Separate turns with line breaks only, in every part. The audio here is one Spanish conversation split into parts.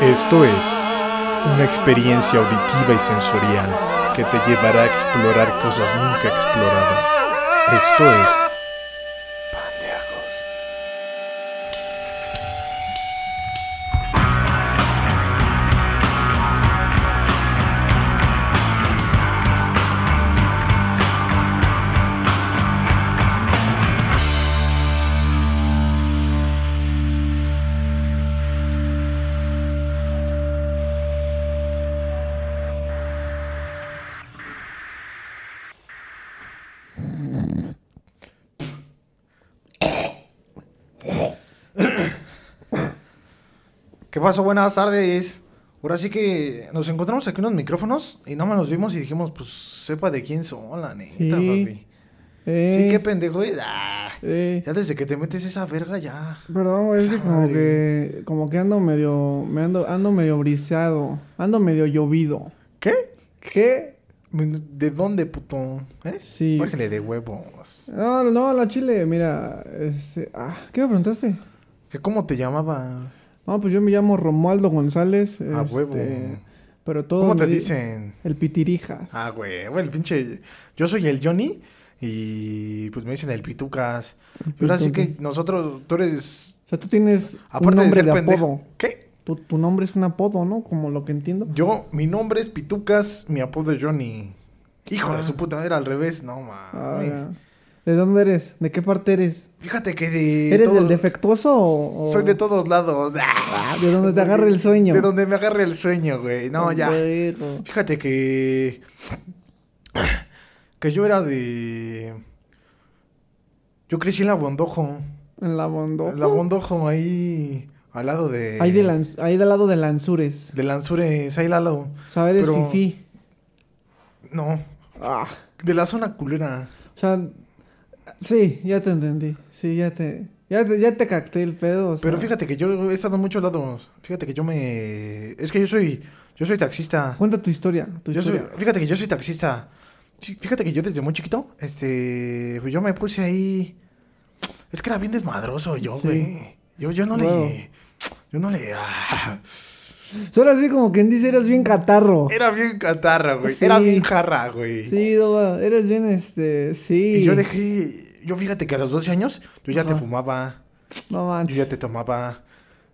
Esto es una experiencia auditiva y sensorial que te llevará a explorar cosas nunca exploradas. Esto es Pandeajos.
¿Qué pasó? Buenas tardes. Ahora sí que nos encontramos aquí unos micrófonos y nada más nos vimos y dijimos, pues sepa de quién son, la neta,
Sí.
papi.
Eh,
Sí, qué pendejo. es. Ah,
eh.
Ya desde que te metes esa verga ya.
Perdón, es que
Esa
como
madre.
que, como que ando medio, me ando, ando medio briseado, ando medio llovido.
¿Qué?
¿Qué?
¿De dónde, puto? ¿Eh?
Sí.
Bájale de huevos.
No, no, la chile, mira, este, ah, ¿qué me preguntaste?
¿Qué, ¿Cómo te llamabas?
No, pues yo me llamo Romualdo González.
A
este,
Ah, huevo.
Pero todo.
¿Cómo
me
te
di-
dicen?
El Pitirijas.
Ah, huevo, el pinche... Yo soy el Johnny y pues me dicen el Pitucas. Y ahora sí que
Pitucas.
nosotros, tú eres...
O sea, tú tienes un
Aparte de
nombre
ser
de,
pendejo...
apodo.
¿Qué?
Tu, tu nombre es un apodo, ¿no? Como lo que entiendo.
Yo, mi nombre es Pitucas, mi apodo es Johnny. Hijo de su puta madre, al revés, no
Ah,
mames.
ya. ¿De dónde eres? ¿De qué parte eres?
Fíjate que de.
¿Eres
todo-
del defectuoso o, o-
Soy de todos lados. Ah,
de donde te agarre el sueño?
De donde me agarre el sueño, güey. No, ya.
Bueno.
Fíjate que. Que yo era de. Yo crecí en la Bondojo.
En la bondo.
En la Eh. Bondojo, ahí. Al lado de.
Ahí, de Lanz- ahí del lado de Lanzures.
De Lanzures, ahí al lado.
O sea, eres
pero-
fifí.
No.
Ah.
De la zona culera.
O sea, sí, ya te entendí. Sí, ya te. Ya te, ya te capté el pedo. o sea.
Pero fíjate que yo he estado en muchos lados. Fíjate que yo me. Es que yo soy. Yo soy taxista.
Cuenta tu historia. Tu
Yo soy,
historia.
fíjate que yo soy taxista. Sí, Fíjate que yo desde muy chiquito, este. Pues yo me puse ahí. Es que era bien desmadroso yo,
Sí.
güey. Yo, yo no
Wow.
le. Yo no le. ah,
Solo así como quien dice, eres bien catarro.
Era bien catarra, güey.
Sí.
Era bien jarra, güey.
Sí, Doba, eres bien este. Sí.
Y yo dejé. Yo fíjate que a los 12 años, yo ya te
Ajá.
fumaba.
No
Yo
manches.
ya te tomaba.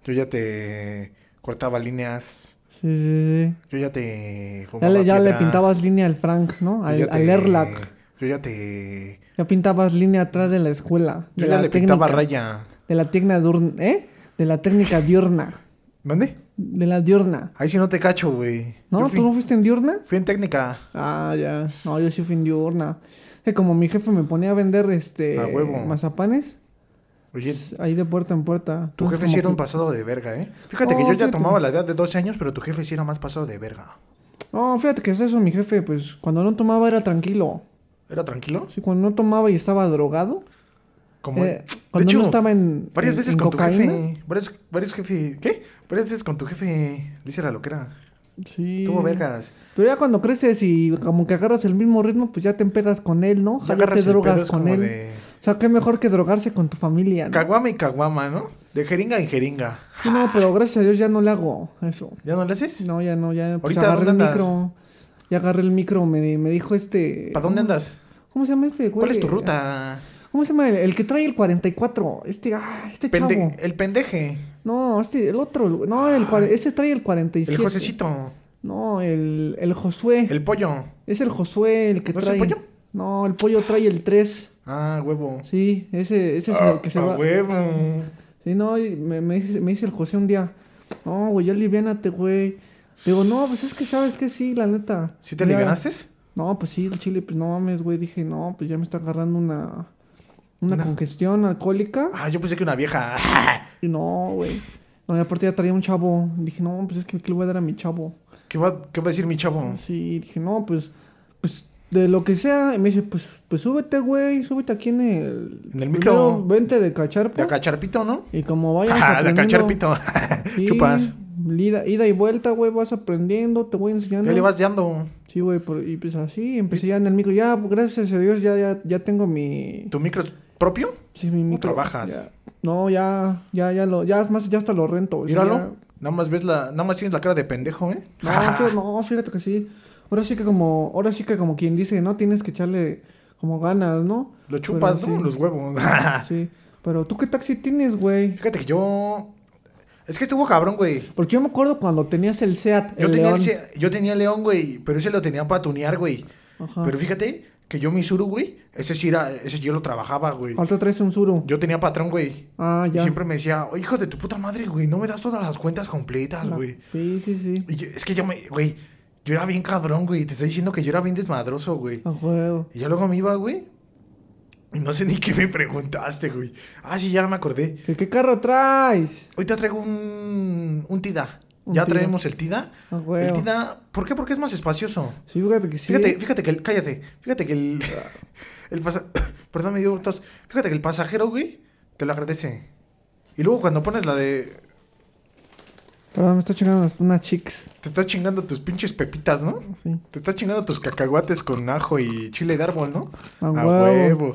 Yo ya te. Cortaba líneas.
Sí, sí, sí.
Yo ya te.
Ya,
fumaba
le, ya le
piedra.
pintabas línea al Frank, ¿no?
Yo
Al,
ya
al
te-
Erlac.
Yo ya te.
Ya pintabas línea atrás de la escuela.
Yo
de
ya
la
le pintaba
técnica-
raya.
De la técnica diurna. ¿Eh? De la técnica diurna.
¿Dónde?
De la diurna.
Ahí sí no te cacho, güey.
¿No?
Yo
¿Tú no
fui,
fuiste en diurna?
fui en técnica.
Ah, ya. No, yo sí fui en diurna. Que como mi jefe me ponía a vender este
A huevo.
mazapanes, pues,
Oye,
ahí de puerta en puerta.
tu
Entonces,
jefe
Pues como
sí era un
que-
pasado de verga, ¿eh? Fíjate que
Oh,
yo ya
fíjate.
tomaba la edad de 12 años, pero tu jefe sí era más pasado de verga.
No, fíjate que es eso, mi jefe, pues cuando no tomaba era tranquilo.
¿Era tranquilo?
Sí, cuando no tomaba y estaba drogado.
Como...
eh,
de
cuando no
hecho,
estaba en.
Varias
en-
veces
en
con
cocaína.
tu jefe. Varios, varios jefe... ¿Qué? Varias veces con tu jefe. Le hice la loquera.
Sí.
Tuvo vergas.
Pero ya cuando creces y como que agarras el mismo ritmo, pues ya te empedas con él, ¿no?
Ya
Ojalá
agarras
te
el pedo,
drogas
es
con
como
él.
de...
O sea, qué mejor que drogarse con tu familia, ¿no?
Caguama y caguama, ¿no? De jeringa en jeringa.
Sí, no, pero gracias a Dios ya no le hago eso.
¿Ya no le haces?
No, ya no, ya pues,
Ahorita,
agarré el
¿dónde
micro. Ya agarré el micro, me, di- me dijo este...
¿Para dónde andas?
¿Cómo se llama este güey?
¿Cuál es tu ruta?
¿Cómo se llama? El, el que trae el 44. Este, ah, este
Pende-
chavo.
El pendeje.
No, este, el otro. el- No, el, cuare- este trae el 47.
El Josecito.
No, el, el Josué.
El pollo.
Es el Josué el que
¿No es el
trae...
pollo?
No, el pollo trae el 3.
Ah, huevo.
Sí, ese, ese es el que se
Ah,
va.
huevo.
Sí, no, y me, me, dice- me dice el José un día, no, güey, ya aliviánate, güey. Digo, no, pues es que sabes que sí, la neta.
¿Sí te
Ya-
alivianaste?
No, pues sí, el chile, pues no mames, güey. Dije, no, pues ya me está agarrando una, una,
Una-
congestión alcohólica.
Ah, yo pensé que una vieja.
Y no, güey. No, y aparte ya traía un chavo. Dije, no, pues es que ¿qué le voy a dar a mi chavo.
¿Qué va, qué va a decir mi chavo?
Sí, dije, no, pues, pues, de lo que sea. Y me dice, pues, pues súbete, güey, súbete aquí en el...
En el micro.
primero Vente de cacharpo.
De acacharpito, ¿no?
Y como vayas
Ah, de
aprendiendo-
acacharpito.
Sí,
Chupas.
Ida, ida y vuelta, güey, vas aprendiendo, te voy enseñando.
¿Qué le vas dando?
Sí, güey, por- y pues así, empecé ya en el micro. Ya, gracias a Dios, ya, ya, ya tengo mi...
¿Tu micro es propio?
Sí, mi micro.
trabajas?
ya. No, ya, ya, ya lo, ya es más, ya hasta lo rento. o sea,
Míralo.
ya-
Nada más ves la, nada más tienes la cara de pendejo, ¿eh?
No, fíjate, no, fíjate que sí. Ahora sí que como, ahora sí que como quien dice, ¿no? Tienes que echarle como ganas, ¿no?
Lo chupas,
Pero
¿no?
sí,
Los huevos.
Sí. Pero tú qué taxi tienes, güey.
Fíjate que yo. Es que estuvo cabrón, güey.
Porque yo me acuerdo cuando tenías el SEAT,
Yo
el
tenía,
León.
el se- yo tenía el León, güey, pero ese lo tenía para tunear, güey.
Ajá.
Pero fíjate que yo mi Suru, güey, ese sí era, ese yo lo trabajaba, güey.
Ahorita traes un Zuru.
Yo tenía patrón, güey.
Ah,
Y
ya.
siempre me decía, "Oh, hijo de tu puta madre, güey, no me das todas las cuentas completas,
La-
güey.
Sí, sí, sí.
Y yo- es que yo me, güey, yo era bien cabrón, güey. Te estoy diciendo que yo era bien desmadroso, güey.
A huevo.
Y ya luego me iba, güey. Y no sé ni qué me preguntaste, güey. Ah, sí, ya me acordé.
¿Qué, qué carro traes?
Hoy te traigo un, un Tida.
Un
ya
Tida.
traemos el Tida.
A huevo.
El Tida, ¿por qué? Porque es más espacioso.
Sí, fíjate que sí.
Fíjate, fíjate que el, cállate, fíjate que el, el pasa- perdón, me dio tos. Fíjate que el pasajero, güey, te lo agradece. Y luego cuando pones la de,
Perdón, me está checando unas, unas chicks.
te estás chingando tus pinches pepitas, ¿no?
Sí.
Te estás chingando tus cacahuates con ajo y chile de árbol, ¿no?
A huevo.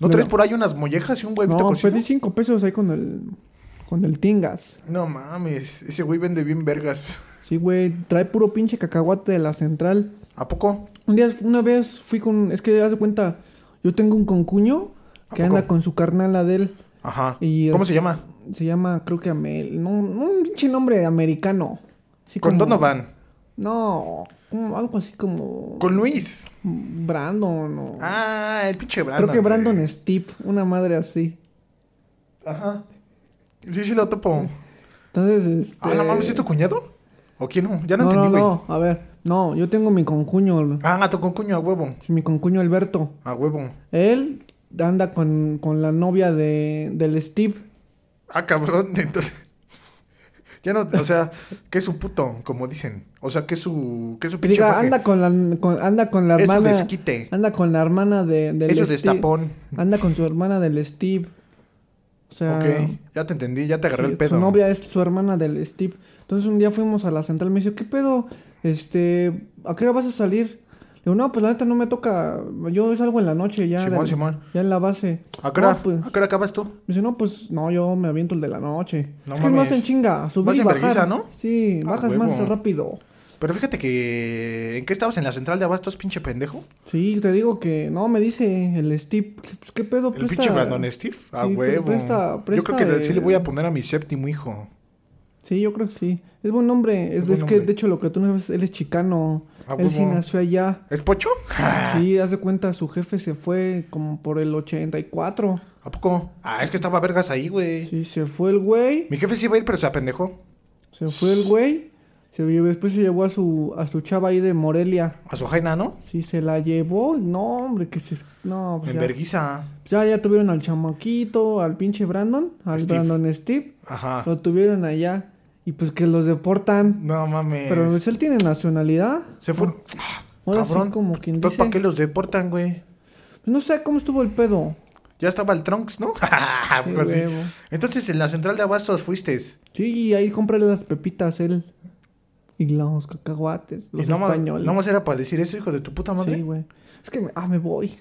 ¿No
Mira.
traes por ahí unas mollejas y un huevito
No, pues
cocido?
pedí cinco pesos ahí con el, con el Tingas.
No mames, ese güey vende bien vergas.
Sí, güey, trae puro pinche cacahuate de la central.
¿A poco?
Un día, una vez fui con, es que haz de cuenta, yo tengo un concuño
¿A
que
poco?
anda con su carnala de él.
Ajá.
Y
¿Cómo
es-
se llama?
Se llama, creo que Amel, no, no, un pinche nombre americano. Sí,
Con
como-
Donovan.
No, como algo así como
Con Luis.
Brandon o...
Ah, el pinche Brandon.
creo que Brandon
güey.
Steep, una madre así.
Ajá. Sí, sí, lo topo.
Entonces, este...
Ah, no mames, ¿es tu cuñado? ¿O quién no? Ya no,
No, no,
entendí, güey.
no, a ver, no, yo tengo mi concuño,
Ah, tu concuño a huevo.
mi concuño Alberto.
A huevo.
Él anda con, con la novia de, del Steve.
Ah, cabrón, entonces. Ya no, o sea, que es su puto, como dicen. O sea, que es su, que es su
Que
pinche
diga,
faje.
anda con la, con- anda con la
Es su
hermana.
desquite.
Anda con la hermana de, del
Es su
Steve.
destapón.
Anda con su hermana del Steve. O sea,
Ok, ya te entendí, ya te agarré
sí,
el pedo.
su novia es su hermana del Steve. Entonces un día fuimos a la central. Me dice, ¿qué pedo? Este, ¿a qué hora vas a salir? Le digo, no, pues la neta no me toca. Yo salgo en la noche ya.
Simón,
de-
Simón.
Ya en la base.
¿A qué hora,
No, pues,
a qué hora acabas tú?
Me dice, no, pues no, yo me aviento el de la noche.
No
es que me
mames.
hacen chinga, subir
Vas
y
en
bajar.
vergüenza, ¿no?
Sí,
Ah,
bajas
huevo.
más rápido.
Pero fíjate que. ¿En qué estabas? ¿En la central de abastos, pinche pendejo?
Sí, te digo que no, me dice el Steve, que, pues, ¿qué pedo?
El pinche Brandon Steve. A
sí, pre-
huevo.
presta-
Yo creo que
presta,
sí le voy a
eh,
poner a mi séptimo hijo.
Sí, yo creo que sí. Es buen nombre, es,
Es buen
es que
hombre.
de hecho lo que tú no sabes, él es chicano.
Ah,
él sí
huevo.
nació allá.
¿Es pocho?
Sí, haz de cuenta, su jefe se fue como por el 84.
¿A poco? Ah, es que estaba vergas ahí, güey.
Sí, se fue el güey,
Mi jefe sí va a ir, pero se apendejo.
se fue el güey. Se, llevó- después se llevó a su, a su chava ahí de Morelia.
A su jaina, ¿no?
Sí, se la llevó. No, hombre, que se. No, pues
En
ya,
verguiza.
ya, ya tuvieron al chamaquito, al pinche Brandon, al
Steve.
Brandon Steve.
Ajá.
Lo tuvieron allá. Y pues que los deportan.
No mames.
Pero pues, él tiene nacionalidad.
Se fue.
Ahora sí,
Cabrón.
como quien
Entonces, ¿para
dice.
qué los deportan, güey?
No sé cómo estuvo el pedo.
Ya estaba el Trunks, ¿no? Algo así.
huevo.
Entonces, en la central de abastos fuiste.
Sí, y ahí compré las pepitas él. Y los cacahuates, los
y no más,
españoles.
no más era para decir eso, hijo de tu puta madre. Ah.
sí, güey. Es que me, ah, me voy.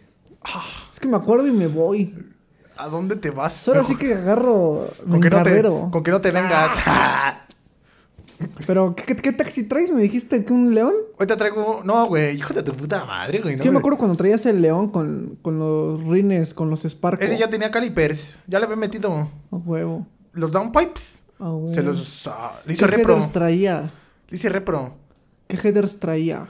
Es que me acuerdo y me voy.
¿A dónde te vas?
Solo así que agarro mi
con, que no te,
carrero.
con que no te vengas.
Pero, ¿qué, qué, qué taxi traes? ¿Me dijiste que un león?
Ahorita traigo. No, güey, hijo de tu puta madre, güey.
Es
no
que yo me
me-
acuerdo cuando traías el león con, con los rines, con los sparkles.
Ese ya tenía calipers. Ya le había metido
A huevo.
los downpipes.
A huevo.
Se los. ah, le
¿Qué
hice repro.
headers traía?
Le hice repro.
¿Qué headers traía?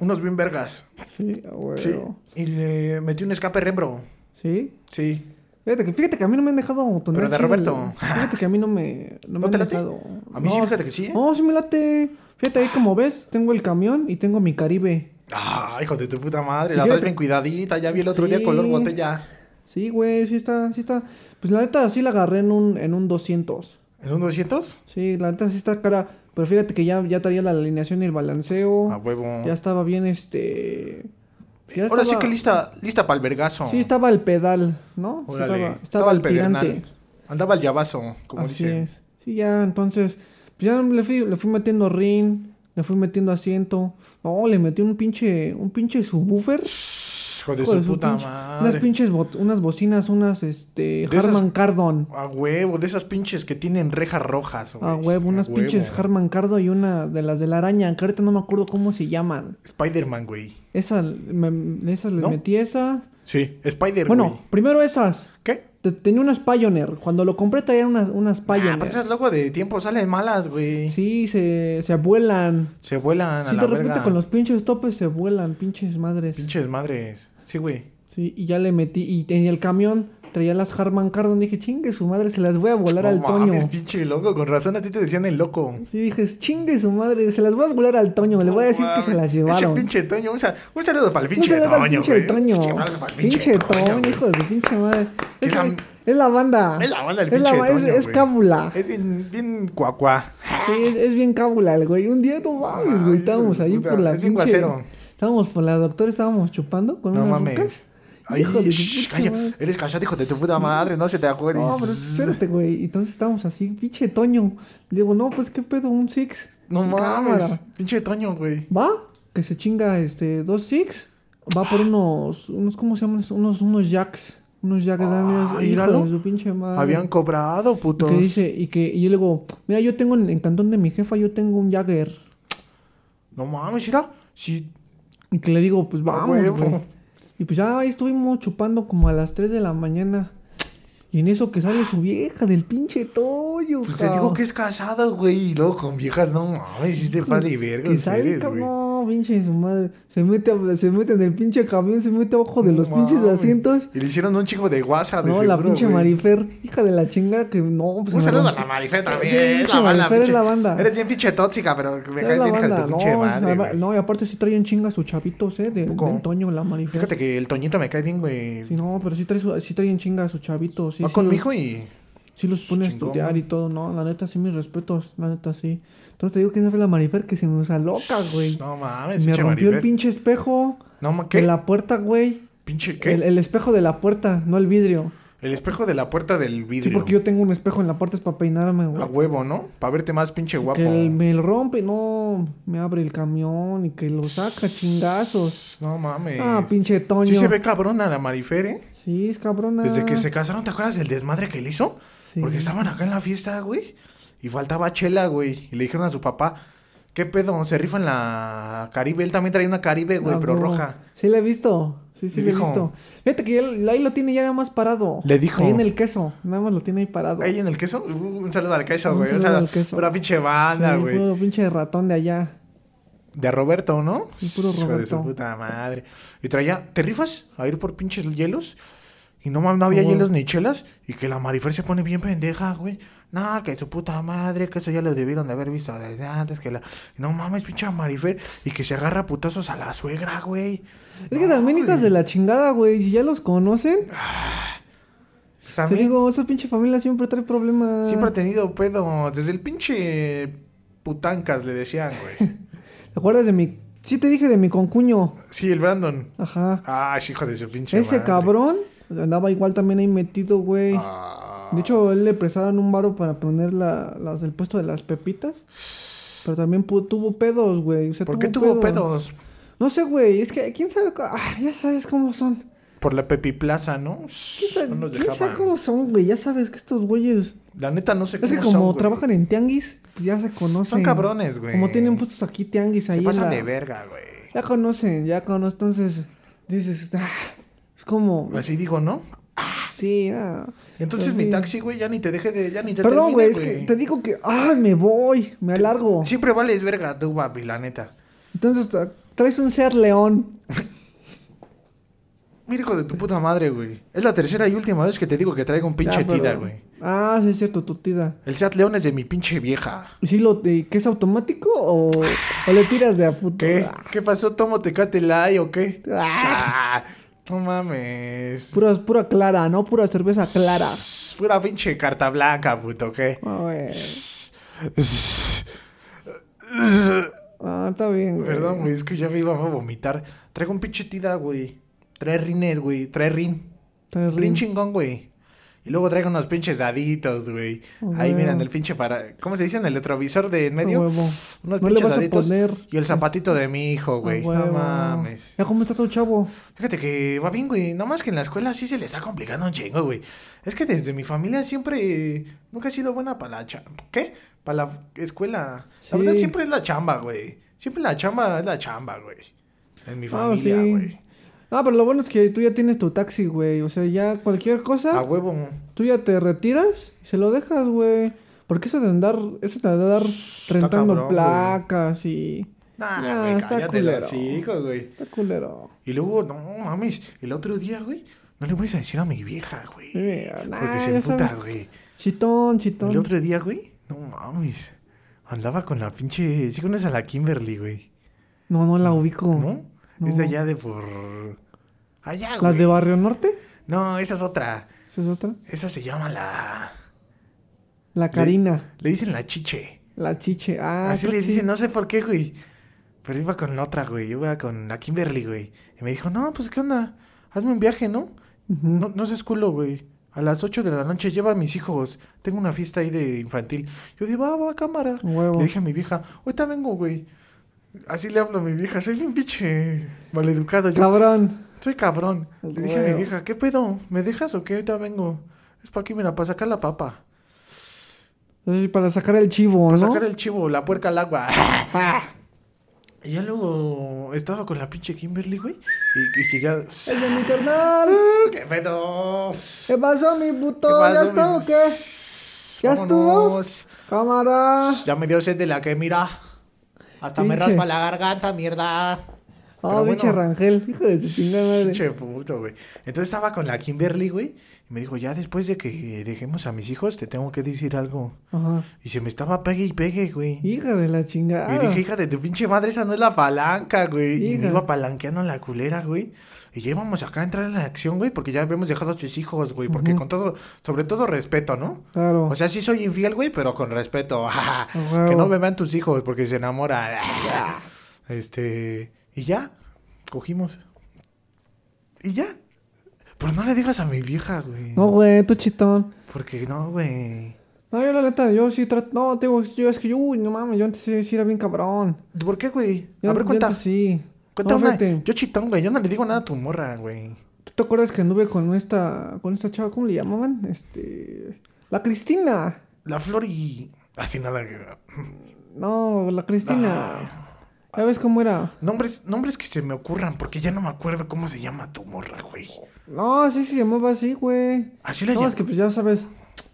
Unos bien vergas.
Sí, a huevo.
Sí. Y le metí un escape Rembro.
¿Sí?
Sí.
Fíjate que, fíjate que a mí no me han dejado
Pero
autonar.
de Roberto.
Fíjate que a mí no me, no me
¿No te
han
late?
dejado.
A mí sí, fíjate que sí, ¿eh?
No, sí me late. Fíjate ahí como ves, tengo el camión y tengo mi Caribe.
Ah, hijo de tu puta madre. La
Fíjate.
traes bien cuidadita. Ya vi el otro día
Sí.
color botella.
Sí, güey, sí está, sí está. Pues la neta sí la agarré en un, en un 200.
¿En un 200?
Sí, la neta sí está cara. Pero fíjate que ya, ya traía la alineación y el balanceo.
A huevo.
Ya estaba bien este. ya
Ahora sí
estaba-
que lista, lista para el vergazo.
Sí, estaba el pedal, ¿no? Sí
Órale.
estaba,
Estaba
estaba
el
el tirante.
pedernal. Andaba el llavazo, como
Así
dicen.
es. Sí, ya, entonces, pues ya le fui, le fui metiendo rin, le fui metiendo asiento. No, le metí un pinche, un pinche subwoofer.
Hijo de
Hijo
su
de su
puta
pinche- Unas
madre.
pinches bot- unas bocinas, unas este
De esas-
Harman Kardon.
A huevo, de esas pinches que tienen rejas rojas, güey.
A huevo, unas
A
pinches
huevo.
Harman Kardon y una de las de la araña, que ahorita no me acuerdo cómo se llaman.
Spider-Man, güey.
Esas, me- esas les
¿No?
metí esas.
Sí, Spider-Man.
Bueno, primero esas.
¿Qué?
Te- Tenía unas Pioneer. Cuando lo compré traía unas, unas
Ah,
Pioneer.
pero esas luego de tiempo salen malas, güey.
Sí, se, se vuelan.
Se vuelan a
Sí,
la
de repente
verga.
con los pinches topes se vuelan, pinches madres.
Pinches madres. Sí, güey.
Sí, y ya le metí. Y en el camión traía las Harman Kardon. Dije, chingue su madre, se las voy a volar al
mames,
Toño.
pinche loco. Con razón a ti te decían el loco.
Sí, dije, chingue su madre, se las voy a volar al Toño. Le voy a decir que se las llevaron.
Ese pinche Toño. Un, sa- un saludo para el
Un
pinche
saludo al
Toño,
pinche
güey.
Toño.
Un abrazo para el
Pinche Toño,
güey.
hijo de su pinche madre.
Que
Es,
la-
es la banda.
Es la banda del
Es la-
pinche
es-
Toño,
Es
güey.
cábula.
Es bien, bien cuacuá.
Sí, es, es bien cábula el güey. Un día, no mames, güey.
Ay,
Estábamos
hijo de
ahí
puta,
por la
es bien
pinche-
guasero.
Estábamos por la doctora, estábamos chupando con
No
unas
mames.
rucas.
Ay,
Hijo de su
shh,
puta
calla.
madre.
Eres callado, hijo de tu puta madre. No se te acuerdes.
No, pero espérate, güey. Entonces estábamos así, pinche Toño. Digo, no, pues qué pedo, un six.
No mames.
Cámara.
Pinche Toño, güey.
Va, que se chinga este, dos six. Va por unos, unos, ¿cómo se llaman? Unos, unos jacks. Unos jacks
Ah,
Daniels. Hijo
míralo.
de su pinche madre.
Habían cobrado,
Y
putos.
que dice, y que, y yo le digo, mira, yo tengo en, en cantón de mi jefa, yo tengo un Jagger.
No mames, mira. Sí.
Y que le digo, pues
A
vamos,
huevo.
güey. Y pues ya ahí estuvimos chupando como a las 3 de la mañana. Y en eso que sale su vieja del pinche Toyo,
Pues te
cabrón.
digo que es casado, güey. Y luego con viejas, no mames. Sí te vale verga.
Que sale,
ustedes,
cabrón,
güey.
no, pinche de su madre. Se mete, a- se mete en el pinche camión, se mete abajo de
No
los pinches
mames.
asientos.
Y le hicieron un chingo de guasa, de
No, la
seguro,
pinche
güey.
Marifer, hija de la chinga, que no, pues.
Un
me
saludo a
rompió.
la Marifer también.
Sí,
es
pinche
la banda,
Marifer es
pinche-
la banda.
Eres bien pinche tóxica, pero que me
Es
caes
la
bien hija de
banda,
tu pinche
no,
madre.
la-
güey.
no, y aparte sí traen chingas sus chavitos, eh, de,
poco?
del Toño, la Marifer.
Fíjate que el Toñito me cae bien, güey.
Sí, no, pero sí, trae su- sí traen chinga a sus chavitos. Sí,
Va
sí
con
los-
mi hijo y.
Sí los pone a
chingón,
estudiar y todo, ¿no? La neta, sí, mis respetos. La neta, sí. Entonces te digo que esa fue la Marifer que se me usa loca, güey.
No mames,
me
pinche
rompió el
Maribel.
pinche espejo
No ma- ¿qué?
de la puerta, güey.
Pinche, ¿qué?
El,
El,
el espejo de la puerta, no el vidrio.
espejo de la puerta del vidrio.
Sí, porque yo tengo un espejo en la puerta es para peinarme, güey.
A huevo, ¿no? Para verte más pinche guapo.
que el- me lo rompe, no, me abre el camión y que lo saca chingazos.
No mames.
Ah, pinche Toño.
Sí se ve cabrona la Marifer, ¿eh?
Sí, es cabrona.
Desde que se casaron, ¿te acuerdas del desmadre que le hizo?
Ah. Sí.
Porque estaban acá en la fiesta, güey. Y faltaba chela, güey. Y le dijeron a su papá, ¿qué pedo? Se rifan la Caribe. Él también traía una Caribe, güey,
Ah,
pero
huevo.
roja.
Sí, la he visto. Sí, sí,
Y
la he
dijo-
visto. Fíjate que ya l- ahí lo tiene ya nada más parado.
Le dijo-
Ahí en el queso. Nada más lo tiene ahí parado.
¿Ahí en el queso? Uh, un saludo al queso,
Un
güey. Un
saludo
saludo
al queso.
Pura pinche banda,
Sí,
güey.
puro pinche ratón de allá.
De Roberto, ¿no?
Sí, puro
Hijo de su
Roberto.
puta madre. Y traía, ¿te rifas a ir por pinches hielos? Y no mames, no había
No.
hielos ni chelas. Y que la Marifer se pone bien pendeja, güey. No, que su puta madre, que eso ya lo debieron de haber visto desde antes. Que la. No mames, pinche Marifer. Y que se agarra a putazos a la suegra, güey.
Es que también hijas de la chingada, güey. Si ya los conocen,
Está
te
bien.
digo, ah. esa pinche familia siempre trae problemas.
Siempre ha tenido pedo. Desde el pinche. Putancas le decían, güey.
¿Te acuerdas de mi... Sí te dije de mi concuño.
sí, el Brandon.
Ajá.
Ah, sí, hijo de su pinche.
Ese
madre.
cabrón andaba igual también ahí metido, güey.
Ah.
De hecho, él le prestaron un varo para poner la, las, el puesto de las pepitas. Pero también pu- tuvo pedos, güey. O sea,
¿Por qué tuvo pedos?
No sé, güey. Es que, ¿quién sabe? cu- Ah, ya sabes cómo son.
Por la Pepi Plaza, ¿no?
¿Quién
No
sabe,
nos
quién sabe
dejaban.
cómo son, güey? Ya sabes que estos güeyes...
La neta no sé
Es que
cómo
como
son, güey.
trabajan en tianguis, pues ya se conocen.
Son cabrones, güey.
Como tienen puestos aquí tianguis ahí.
Se
en
pasan
la-
de verga, güey.
Ya conocen, ya conocen. Entonces, dices, "Ah", es como...
Así digo, ¿no?
Sí, ah.
Pues Entonces mi taxi, güey, ya ni te deje de... Ya ni te
Perdón,
termine,
güey, es que te digo que, ay, me voy, me alargo.
Siempre vales verga tú, papi, la neta.
Entonces tra- traes un Seat León.
Mira, hijo de tu puta madre, güey. Es la tercera y última vez que te digo que traigo un pinche
Ya, pero-
tida, güey.
Ah, sí, es cierto, tu tida.
El Seat León es de mi pinche vieja.
¿Y si lo, eh, que es automático o, o le tiras de a puto?
¿Qué?
Ah,
¿Qué pasó? ¿Tomo Tecate Light o qué?
Ah.
Ah, No mames.
Pura, pura clara, ¿no? Pura cerveza clara.
Pura pinche carta blanca, puto, ¿qué?
A ver. Ah, está bien, güey.
Perdón, güey, es que ya me iba a vomitar. Traigo un pinche tida, güey. Trae rines, güey. Trae rin.
Está
Rin
bien.
chingón, güey. Y luego traigan unos pinches daditos, güey.
A
Ahí
huevo.
miran el pinche para. ¿Cómo se dice? En el retrovisor de en
A
medio.
huevo.
Unos
No le
pinches
vas a
daditos.
poner-
Y el zapatito de mi hijo, güey.
A
No
huevo.
mames.
Ya cómo está tu chavo.
Fíjate que va bien, güey. Nada más que en la escuela sí se le está complicando un chingo, güey. Es que desde mi familia siempre. eh, Nunca he sido buena para la cha- ¿Qué? Para la escuela.
Sí.
La verdad siempre es la chamba, güey. Siempre la chamba es la chamba, güey. En mi
Ah,
familia,
sí.
güey.
Ah, pero lo bueno es que tú ya tienes tu taxi, güey. O sea, ya cualquier
A
cosa,
huevo.
tú ya te retiras y se lo dejas, güey. Porque eso de andar, eso de andar rentando
cabrón, güey.
placas y.
Nah,
Nah,
güey,
está
cállate el
culero.
hocico, güey.
Está culero.
Y luego, no mames, el otro día, güey, no le voy a decir a mi vieja, güey.
Mira, nah,
Porque se
ya
emputa,
sabes.
güey.
Chitón,
El
chitón.
otro día, güey, no mames. Andaba con la pinche. Sí, conoces a la Kimberly, güey.
No, no la ubico.
¿No? Es de
No.
allá de por. Allá,
¿Las
güey.
de Barrio Norte?
No, esa es otra.
¿Esa es otra?
Esa se llama la.
La Karina.
Le dicen la chiche.
La chiche. Ah,
Así
creo
le
que
dicen, no sé por qué, güey. Pero iba con la otra, güey. Iba con la Kimberly, güey. Y me dijo, no, pues, ¿qué onda? Hazme un viaje, ¿no? No, no seas culo, güey. A las 8 de la noche lleva a mis hijos. Tengo una fiesta ahí de infantil. Yo digo, "Ah, va, va, cámara.
Huevo.
Le dije a mi vieja, ahorita vengo, güey. Así le hablo a mi vieja, soy bien pinche maleducado. Yo
Cabrón.
soy cabrón. Le dije a mi
Huevo.
vieja, ¿qué pedo? ¿Me dejas o qué? Ahorita vengo. Es para aquí, mira, para sacar la papa.
Entonces, para sacar el chivo, ¿no?
Para sacar el chivo, la puerca al agua.
Ah,
Y ya luego estaba con la pinche Kimberly, güey. Y, y que ya.
¡Es de mi carnal!
¡Qué pedo!
¿Qué pasó, mi puto? ¿Ya está o qué?
qué?
¿Ya estuvo? Cámara.
Ya me dio sed de la que mira. Hasta me
Pinche.
raspa la garganta, mierda.
Ah,
Pero
pinche
bueno.
Rangel. Hijo de su chingada madre.
Pinche puto, güey. Entonces estaba con la Kimberly, güey. Y me dijo, ya después de que dejemos a mis hijos, te tengo que decir algo.
Ajá.
Y se me estaba pegue y pegue, güey.
Hija de la
Y
chingada.
dije, hija de tu pinche madre, esa no es la palanca, güey. Y me
Hija.
iba palanqueando la culera, güey. Y ya íbamos acá a entrar en la acción, güey, porque ya habíamos dejado a sus hijos, güey. Porque con todo, sobre todo respeto, ¿no?
Claro.
O sea, sí soy infiel, güey, pero con respeto.
huevo.
que no me vean tus hijos porque se enamoran. este. Y ya. Cogimos. Y ya. Pero no le digas a mi vieja, güey.
no, güey, tú chitón.
Porque no, güey.
No, yo la neta, yo sí trato. No, te digo, yo es que yo, uy, no mames, yo antes sí, sí era bien cabrón.
¿Por qué, güey?
Yo,
a ver,
yo
cuenta.
antes Sí.
Cuenta
No,
una.
fíjate.
Yo chitón, güey. Yo no le digo nada a tu morra, güey.
¿Tú te acuerdas que anduve con esta, con esta chava, ¿cómo le llamaban? Este. La Cristina.
La flor y. Así nada. que-
No, la Cristina.
Ah.
¿Ya ves cómo era?
Nombres, nombres que se me ocurran, porque ya no me acuerdo cómo se llama tu morra, güey.
No, sí se llamaba así, güey.
Así le
No,
llam-
es que pues ya sabes.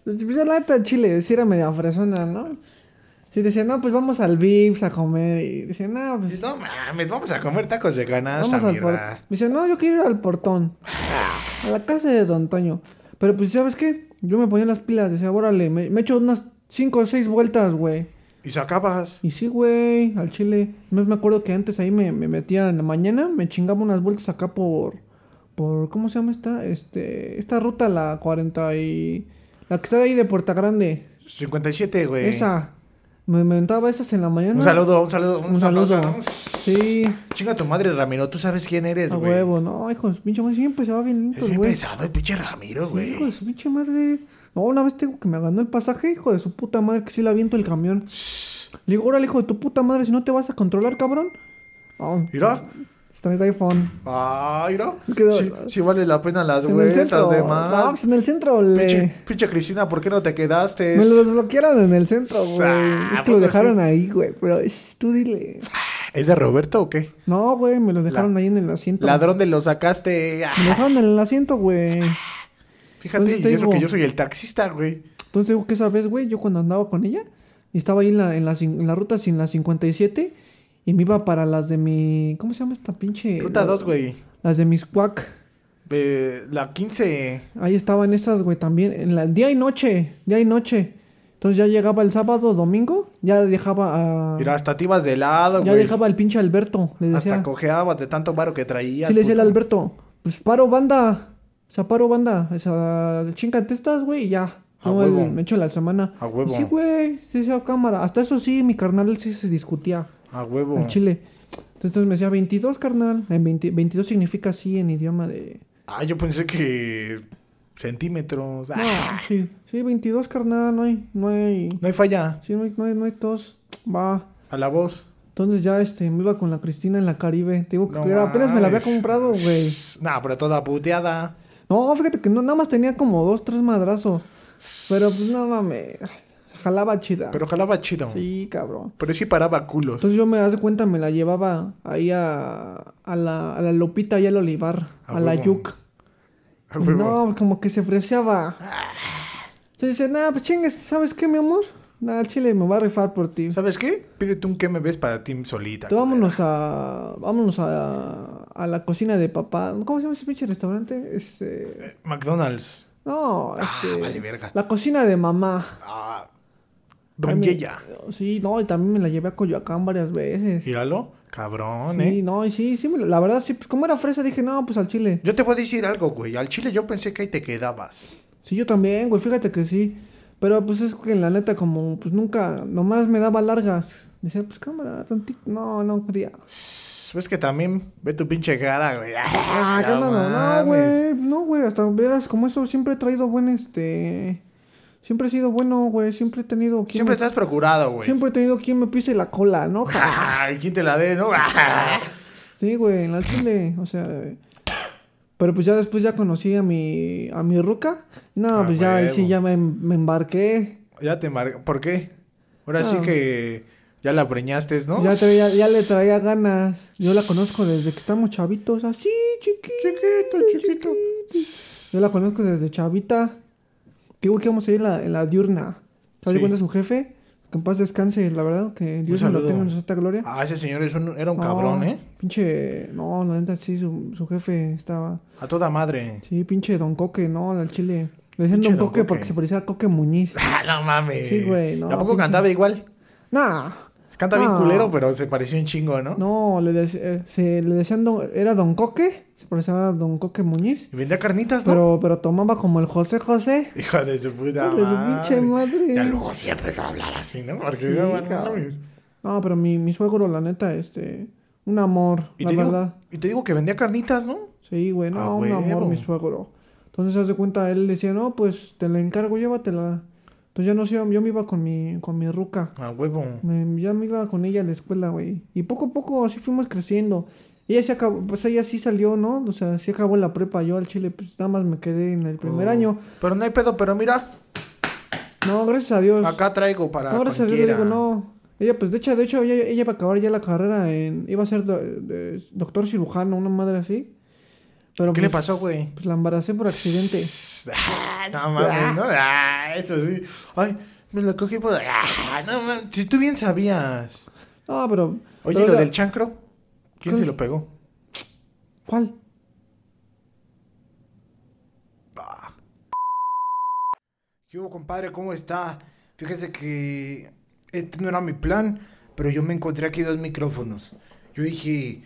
Pues ya la neta Chile, sí era media fresona, ¿no? Sí decía, no, pues vamos al Vips a comer. Y decía, no, pues.
No mames, vamos a comer tacos de canasta,
Vamos al portón.
mierda. Ah.
Me dice, no, yo quiero ir al portón. A la casa de Don Toño. Pero pues, ¿sabes qué? Yo me ponía las pilas, decía, órale, me, me echo unas 5 o 6 vueltas, güey.
Y sacabas.
Y sí, güey, al chile. Me, me acuerdo que antes ahí me, me metía en la mañana, me chingaba unas vueltas acá por. por ¿Cómo se llama esta? Este, esta ruta, la 40 y. La que está ahí de Puerta Grande.
57, güey.
Esa. Me inventaba esas en la mañana.
Un saludo, un saludo, un,
Un saludo.
aplauso, ¿no?
Sí,
Chinga tu madre, Ramiro, tú sabes quién eres,
a
güey.
huevo, no, hijo de su pinche madre, siempre se va bien
Es
lento, el
bien
güey.
pesado el pinche Ramiro,
Sí, hijo
güey.
de su pinche madre. No, una vez tengo que me ganó el pasaje, hijo de su puta madre, que sí le aviento el camión. Le digo, órale, hijo de tu puta madre, si no te vas a controlar, cabrón. Ah, No,
¿Mira?
trae iPhone.
Ah, mira.
Es que no-
Sí, sí vale la pena las
En el
vueltas
centro.
de
No,
más.
pues en el centro le...
Pinche, pinche Cristina, ¿por qué no te quedaste?
Me lo desbloquearon en el centro, güey.
Ah,
es que lo
¿a poco
dejaron
sí?
ahí, güey. Pero shh, tú dile.
¿Es de Roberto o qué?
No, güey, me lo dejaron ahí en el asiento.
Ladrón de lo sacaste. Ah,
Me lo dejaron en el asiento, güey.
Fíjate,
Entonces Pues te
y eso
digo-
que yo soy el taxista, güey.
Entonces digo que esa vez, güey, yo cuando andaba con ella, y estaba ahí en la, en la, cin- en la ruta sin la 57 y me iba para las de mi... ¿Cómo se llama esta pinche?
Ruta
La-
2, güey.
Las de mis cuac.
Eh, la 15.
Ahí estaban esas, güey, también. En la día y noche, día y noche. Entonces ya llegaba el sábado, domingo, ya dejaba a...
Mira, hasta te ibas de lado,
ya
güey.
dejaba al pinche Alberto. Le decía...
Hasta cojeabas de tanto varo que traías.
Sí, le decía al
puto.
Alberto, pues paro banda. O sea, paro banda. O sea, chingate estas, güey, y ya.
A
Yo el-
huevo.
me echo la semana.
A huevo.
Y sí, güey, sí, sí, a cámara. Hasta eso sí, mi carnal sí se discutía.
A huevo.
Al chile. Entonces me decía 22, carnal. En 20 22 significa sí en idioma de.
Ah, yo pensé que centímetros.
No,
¡Ah!
sí, sí, 22, carnal, no hay, no hay,
No hay falla.
sí, no hay, no hay, no hay tos, va.
A la voz.
Entonces ya, este, me iba con la Cristina en la Caribe, te digo que
No
era- apenas me la había
mames.
comprado, güey.
Nah, pero toda puteada.
No, fíjate que no, nada más tenía como dos, tres madrazos, pero pues no mames, jalaba chida.
Pero jalaba chido.
Sí, cabrón.
Pero sí paraba culos.
Entonces yo me das cuenta, me la llevaba ahí a, a, la, a la Lopita y al Olivar,
A
a, la
huevo.
Yuc.
A
Y
huevo. Ah.
No, como que se freseaba. Se dice, nada, pues chingas, ¿sabes qué, mi amor? Nada, Chile me va a rifar por ti.
¿Sabes qué? Pídete un que me ves para ti solita.
Te vámonos a. Vámonos a. A la cocina de papá. ¿Cómo se llama ese pinche restaurante? Este.
McDonald's.
No, este.
Ah, vale verga.
La cocina de mamá.
Ah,
Ay,
don
me-
Yeya.
Sí, no, y también me la llevé a Coyoacán varias veces.
Míralo. Cabrón, eh.
Sí, no, y sí, sí, me la la verdad, sí, pues como era fresa, dije, no, pues al chile.
Yo te voy a decir algo, güey. Al chile yo pensé que ahí te quedabas.
Sí, yo también, güey, fíjate que sí. Pero pues es que la neta, como pues nunca, nomás me daba largas. Decía, pues cámara, tantito. No, no pues, quería.
Ves que también ve tu pinche cara, güey.
Ah,
No
cámara, no,
mames.
güey. No, güey, hasta vieras como eso, siempre he traído buen este. Siempre he sido bueno, güey. Siempre he tenido quien
Siempre
me-
te has procurado, güey.
siempre he tenido quien me pise la cola, ¿no? ca-
Ah, ¿Quién te la dé, no? Ah.
Sí, güey, en la chile, o sea. eh, Pero pues ya después ya conocí a mi a mi ruca. No,
Ah,
pues ya ahí sí
huevo.
ya me, me embarqué.
Ya te marqué. ¿Por qué? Ahora sí
Ah.
que ya la preñaste, ¿no?
Ya, traía- ya le traía ganas. Yo la conozco desde que estamos chavitos, así, chiquito.
Chiquito, chiquito.
Yo la conozco desde chavita. Digo que íbamos a ir en la, en la diurna. ¿Te
Sí.
das cuenta su jefe? Que en paz descanse, la verdad, que Dios me lo
saludo.
tenga en su santa gloria.
Ah, ese señor es un- era un
No,
cabrón, ¿eh?
Pinche. No, la neta sí, su, su jefe estaba.
A toda madre.
Sí, pinche Don Coque, no, al chile. Le decían
Pinche
Don
Don
Coque
Coque.
porque se parecía a Coque Muñiz.
Ah, no mames.
Sí, güey, no,
Tampoco
pinche-
cantaba igual.
Nah.
Canta bien
No.
culero, pero se pareció un chingo, ¿no?
No, le, dec- eh, se, le decían. don- era Don Coque. Se parecía a Don Coque Muñiz.
Y vendía carnitas, ¿no?
Pero, pero tomaba como el José José.
Hijo de su puta
Hijo de su pinche madre.
Ya luego sí empezó a hablar así, ¿no? Porque
Sí,
no, no
cabrón.
mames.
No, pero mi, mi suegro, la neta, este. Un amor,
Y
la
te, digo,
verdad.
y te digo que vendía carnitas, ¿no?
Sí, güey, no,
Ah,
un amor,
huevo.
mi suegro. Entonces, haz de cuenta, él decía, no, pues te la encargo, llévatela. Entonces, ya no sé, yo me iba con mi, con mi ruca.
A huevo.
Me- ya me iba con ella a la escuela, güey. Y poco a poco así fuimos creciendo. Ella se acabó, pues ella sí salió, ¿no? O sea, sí acabó la prepa. Yo al chile, pues nada más me quedé en el primer
Oh.
año.
Pero no hay pedo, pero mira,
No, gracias a Dios.
acá traigo para
No, gracias a Dios, le
cualquiera.
digo, no. Ella, pues, de hecho, de hecho ella, ella iba a acabar ya la carrera en... Iba a ser do- eh, doctor cirujano, una madre así. Pero,
¿Qué le
pues,
pasó, güey?
Pues la embaracé por accidente.
Ah, no mames, no. Ah, eso sí. Ay, me lo cogí por. Ah, no mames. Si tú bien sabías.
No, pero...
Oye,
pero,
¿y lo
oiga,
del chancro? ¿Quién
¿Qué?
se lo pegó?
¿Cuál?
¿Qué hubo, compadre? ¿Cómo está? Fíjese que este no era mi plan, pero yo me encontré aquí dos micrófonos. Yo dije,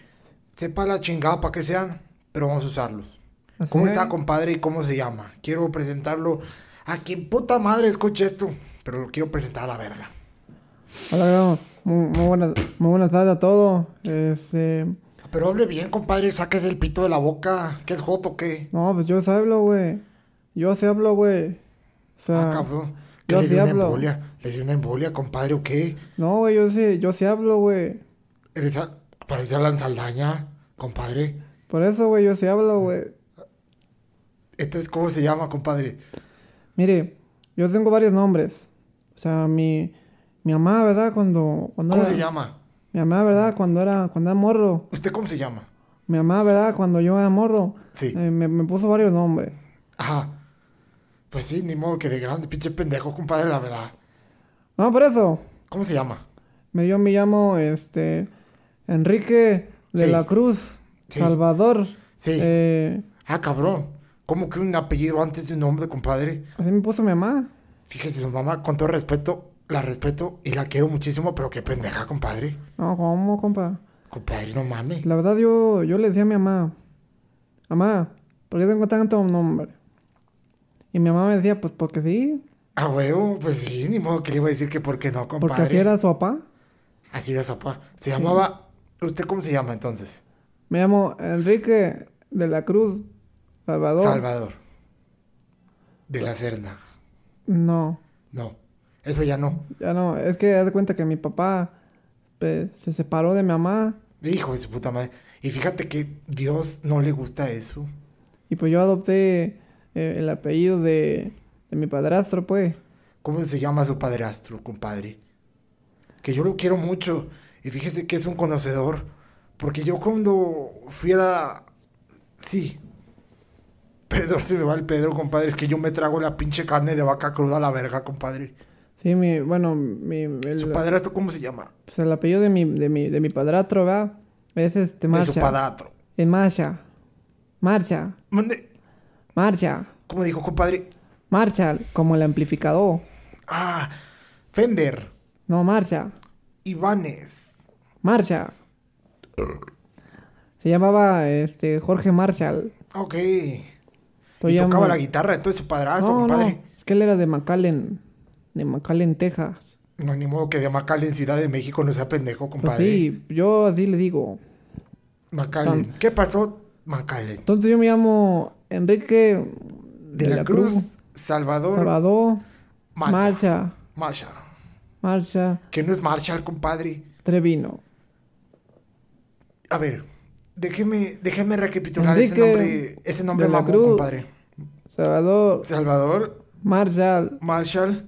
sepa la chingada para que sean, pero vamos a usarlos. ¿Cómo
Así.
está, compadre? ¿Y cómo se llama? Quiero presentarlo a quien puta madre escuche esto, pero lo quiero presentar a la verga.
Hola, Grado. muy, muy buenas muy buenas tardes a todos. Este...
Pero hable bien, compadre, saques el pito de la boca. ¿Qué es joto o qué?
No, pues yo se hablo, güey. Yo se hablo, güey. O sea...
Ah, cabrón. ¿Qué
yo
le
sí
dio una
hablo.
embolia? ¿Le dio una embolia, compadre, o qué?
no, güey, yo sí, yo sí hablo, güey.
Eres a- Parece Alan Saldaña, compadre.
Por eso, güey, yo sí hablo, güey.
Entonces, Este ¿cómo se llama, compadre?
Mire, yo tengo varios nombres. O sea, mi, mi mamá, ¿verdad? Cuando, cuando
¿Cómo
era-
se llama?
Mi mamá, ¿verdad? Cuando era, cuando era morro.
¿Usted cómo se llama?
Mi mamá, ¿verdad? Cuando yo era morro.
Sí.
eh, me, me puso varios nombres.
Ajá. Pues sí, ni modo que de grande, pinche pendejo, compadre, la verdad.
No, por eso.
¿Cómo se llama?
Me, yo me llamo, este... Enrique de
Sí.
la Cruz.
Sí.
Salvador.
Sí.
eh,
Ah, cabrón. ¿Cómo que un apellido antes de un nombre, compadre?
así me puso mi mamá.
Fíjese, su mamá, con todo respeto, la respeto y la quiero muchísimo, pero qué pendeja, compadre.
No, ¿cómo, compa?
Compadre, no mames.
La verdad, yo, yo le decía a mi mamá, mamá, ¿por qué tengo tanto nombre? Y mi mamá me decía, pues porque sí,
Ah, huevo, pues sí, ni modo que le iba a decir que por qué no, compadre.
porque así era su papá.
Así era su papá. Se llamaba. ¿Usted cómo se llama entonces?
Me llamo Enrique de la Cruz Salvador.
Salvador.
de la Serna.
No,
No, eso ya no.
ya no. Es que haz de cuenta que mi papá pues, se separó de mi mamá.
Hijo de su puta madre. Y fíjate que Dios no le gusta eso.
Y pues yo adopté eh, el apellido de, de mi padrastro, pues.
¿Cómo se llama su padrastro, compadre? Que yo lo quiero mucho. Y fíjese que es un conocedor. Porque yo cuando fui a la... Sí. Pedro se me va el Pedro, compadre. Es que yo me trago la pinche carne de vaca cruda a la verga, compadre.
Sí, mi, bueno, mi, el,
¿Su padrastro cómo se llama?
pues, el apellido de mi, de mi, de mi padrastro, ¿verdad? Es este
De su
Marcha.
padrastro.
En Marcha. Marcha.
Mande-
Marcha.
¿Cómo dijo, compadre?
Marcha, como el amplificador.
Ah, Fender.
No, marcha.
Ivanes.
Marcha. Se llamaba este Jorge Marshall.
Ok.
Pero
y
Pues ya
tocaba
mu-
la guitarra, entonces su padrastro,
No,
compadre.
no. Es que él era de McAllen. De McAllen, Texas.
No, ni modo que de Macal en Ciudad de México no sea pendejo,
Pues
compadre.
sí, yo así le digo.
Macallen. ¿Qué pasó, Macallen?
Entonces yo me llamo Enrique
De la, Cruz, Salvador,
Salvador,
Masha.
Marcha,
Masha.
Marcha,
Que no es Marshall, compadre.
Trevino.
A ver, déjeme, déjeme recapitular ese
Enrique
nombre, ese nombre
de la
mamón,
Cruz.
compadre.
Salvador,
Salvador,
Marshall,
Marshall,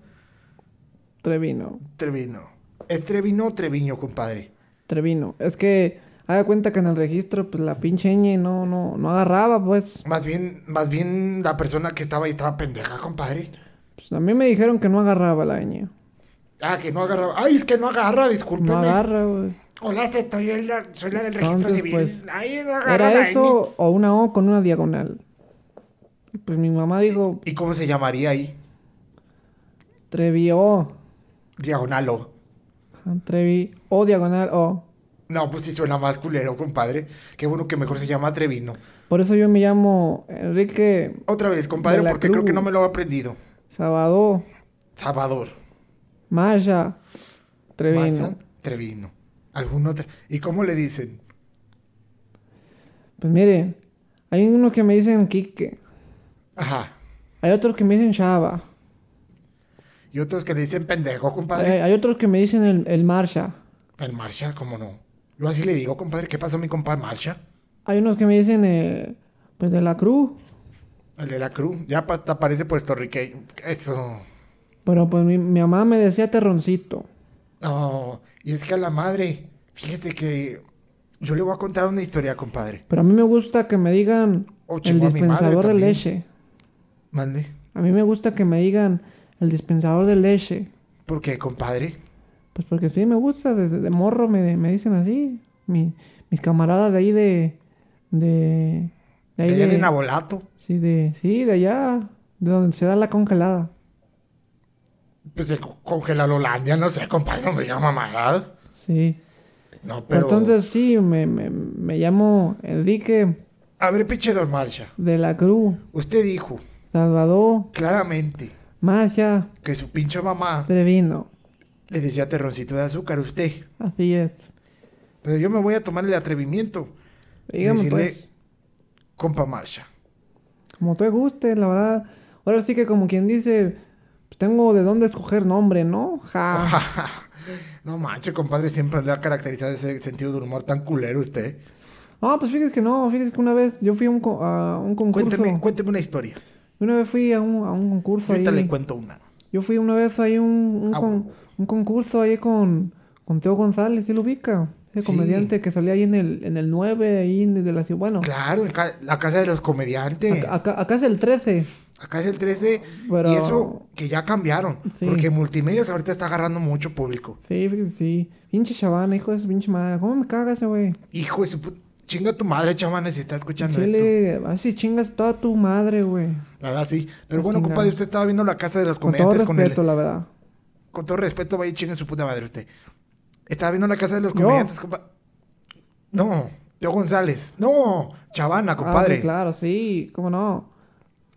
Trevino.
Trevino. ¿Es Trevino o Treviño, compadre?
Trevino. Es que haga cuenta que en el registro, pues la pinche ñ no, no, no agarraba, pues.
Más bien, más bien la persona que estaba ahí estaba pendeja, compadre.
Pues a mí me dijeron que no agarraba la ñ.
Ah, que no agarraba. Ay, es que no agarra, discúlpeme.
No agarra, güey.
Hola, estoy en la- soy la del registro
Entonces,
civil.
pues,
Ay, no agarra
Era
la ñ.
eso o una O con una diagonal. Y Pues mi mamá dijo,
¿Y cómo se llamaría ahí?
Trevi O.
Diagonal O.
Ajá, Trevi O diagonal O.
No, pues sí suena más culero, compadre. Qué bueno que mejor se llama Trevino.
Por eso yo me llamo Enrique
Otra vez, compadre,
De la
porque
Cruz.
creo que no me lo he aprendido.
Sabadó
Salvador.
Maya Trevino.
Maza, Trevino. ¿Algún otro? ¿Y cómo le dicen?
Pues mire, hay unos que me dicen Quique.
Ajá.
Hay otros que me dicen Chava.
Y otros que le dicen pendejo,
Hay,
compadre.
hay otros que me dicen el, el Marsha.
El Marshall, cómo no. Yo así le digo, compadre. ¿Qué pasó, mi compa Marshall?
Hay unos que me dicen, eh, pues de la Cruz.
El de la Cruz. Ya pa- hasta parece puertorriqueño. Eso.
Pero pues mi, mi mamá me decía terroncito.
No. Y es que a la madre. Fíjese que. Yo le voy a contar una historia, compadre.
Pero a mí me gusta que me digan
Oh,
el
chingó a mi madre
dispensador de
también.
leche.
Mande.
A mí me gusta que me digan el dispensador de leche.
¿Por qué, compadre?
Pues porque sí, me gusta. Desde de morro me, me dicen así. Mi- mis camaradas de ahí de... De, de ahí
¿Te
de-
en abolato?
sí, de, sí, de allá. De donde se da la congelada.
Pues se co- congela la Holandia, no sé, compadre, no me diga mamadas.
Sí.
No,
Pero
pero.
entonces sí, me, me, me llamo Enrique
A ver, pinche Don Marcha.
de la Cruz.
Usted dijo
Salvador
claramente
Masha
que su pinche mamá
Trevino.
le decía terroncito de azúcar a usted.
Así es.
Pero yo me voy a tomar el atrevimiento,
Dígame
Decirle-
pues.
compa Marcha.
Como te guste, la verdad. Ahora sí que como quien dice, pues tengo de dónde escoger nombre, ¿no? Ja.
no manches, compadre, siempre le ha caracterizado ese sentido de humor tan culero a usted.
No, pues fíjese que no, fíjese que una vez yo fui a un, co- a un concurso.
Cuénteme, cuénteme una historia.
Una vez fui a un, a un concurso
Yo ahorita le
ahí.
cuento una.
Yo fui una vez ahí a un, un,
Ah,
con-
bueno.
un concurso ahí con, con Teo González, ¿sí lo ubica? Ese
Sí.
comediante que salía ahí en el, en el 9, ahí en- de la ciudad. Bueno,
Claro, en ca- la casa de los comediantes.
acá, acá- acá es el 13.
Acá es el 13
Pero-
y eso que ya cambiaron.
Sí.
Porque Multimedios ahorita está agarrando mucho público.
Sí, fíjese, sí. Pinche chavana, hijo de su pinche madre. ¿Cómo me caga ese güey?
Hijo de su put- Chinga tu madre, chamanes, si está escuchando esto.
Chile, así chingas toda tu madre, güey.
La verdad, sí. Pero bueno,
Chingado.
compadre, usted estaba viendo la casa de los
Con todo
comediantes con,
respeto,
el...
la verdad.
Con todo respeto, vaya y chinga su puta madre usted. Estaba viendo la casa de los
Yo.
comediantes, compadre. No, Teo González. No, chavana,
Compadre.
compadre.
claro, Ah, sí, cómo no.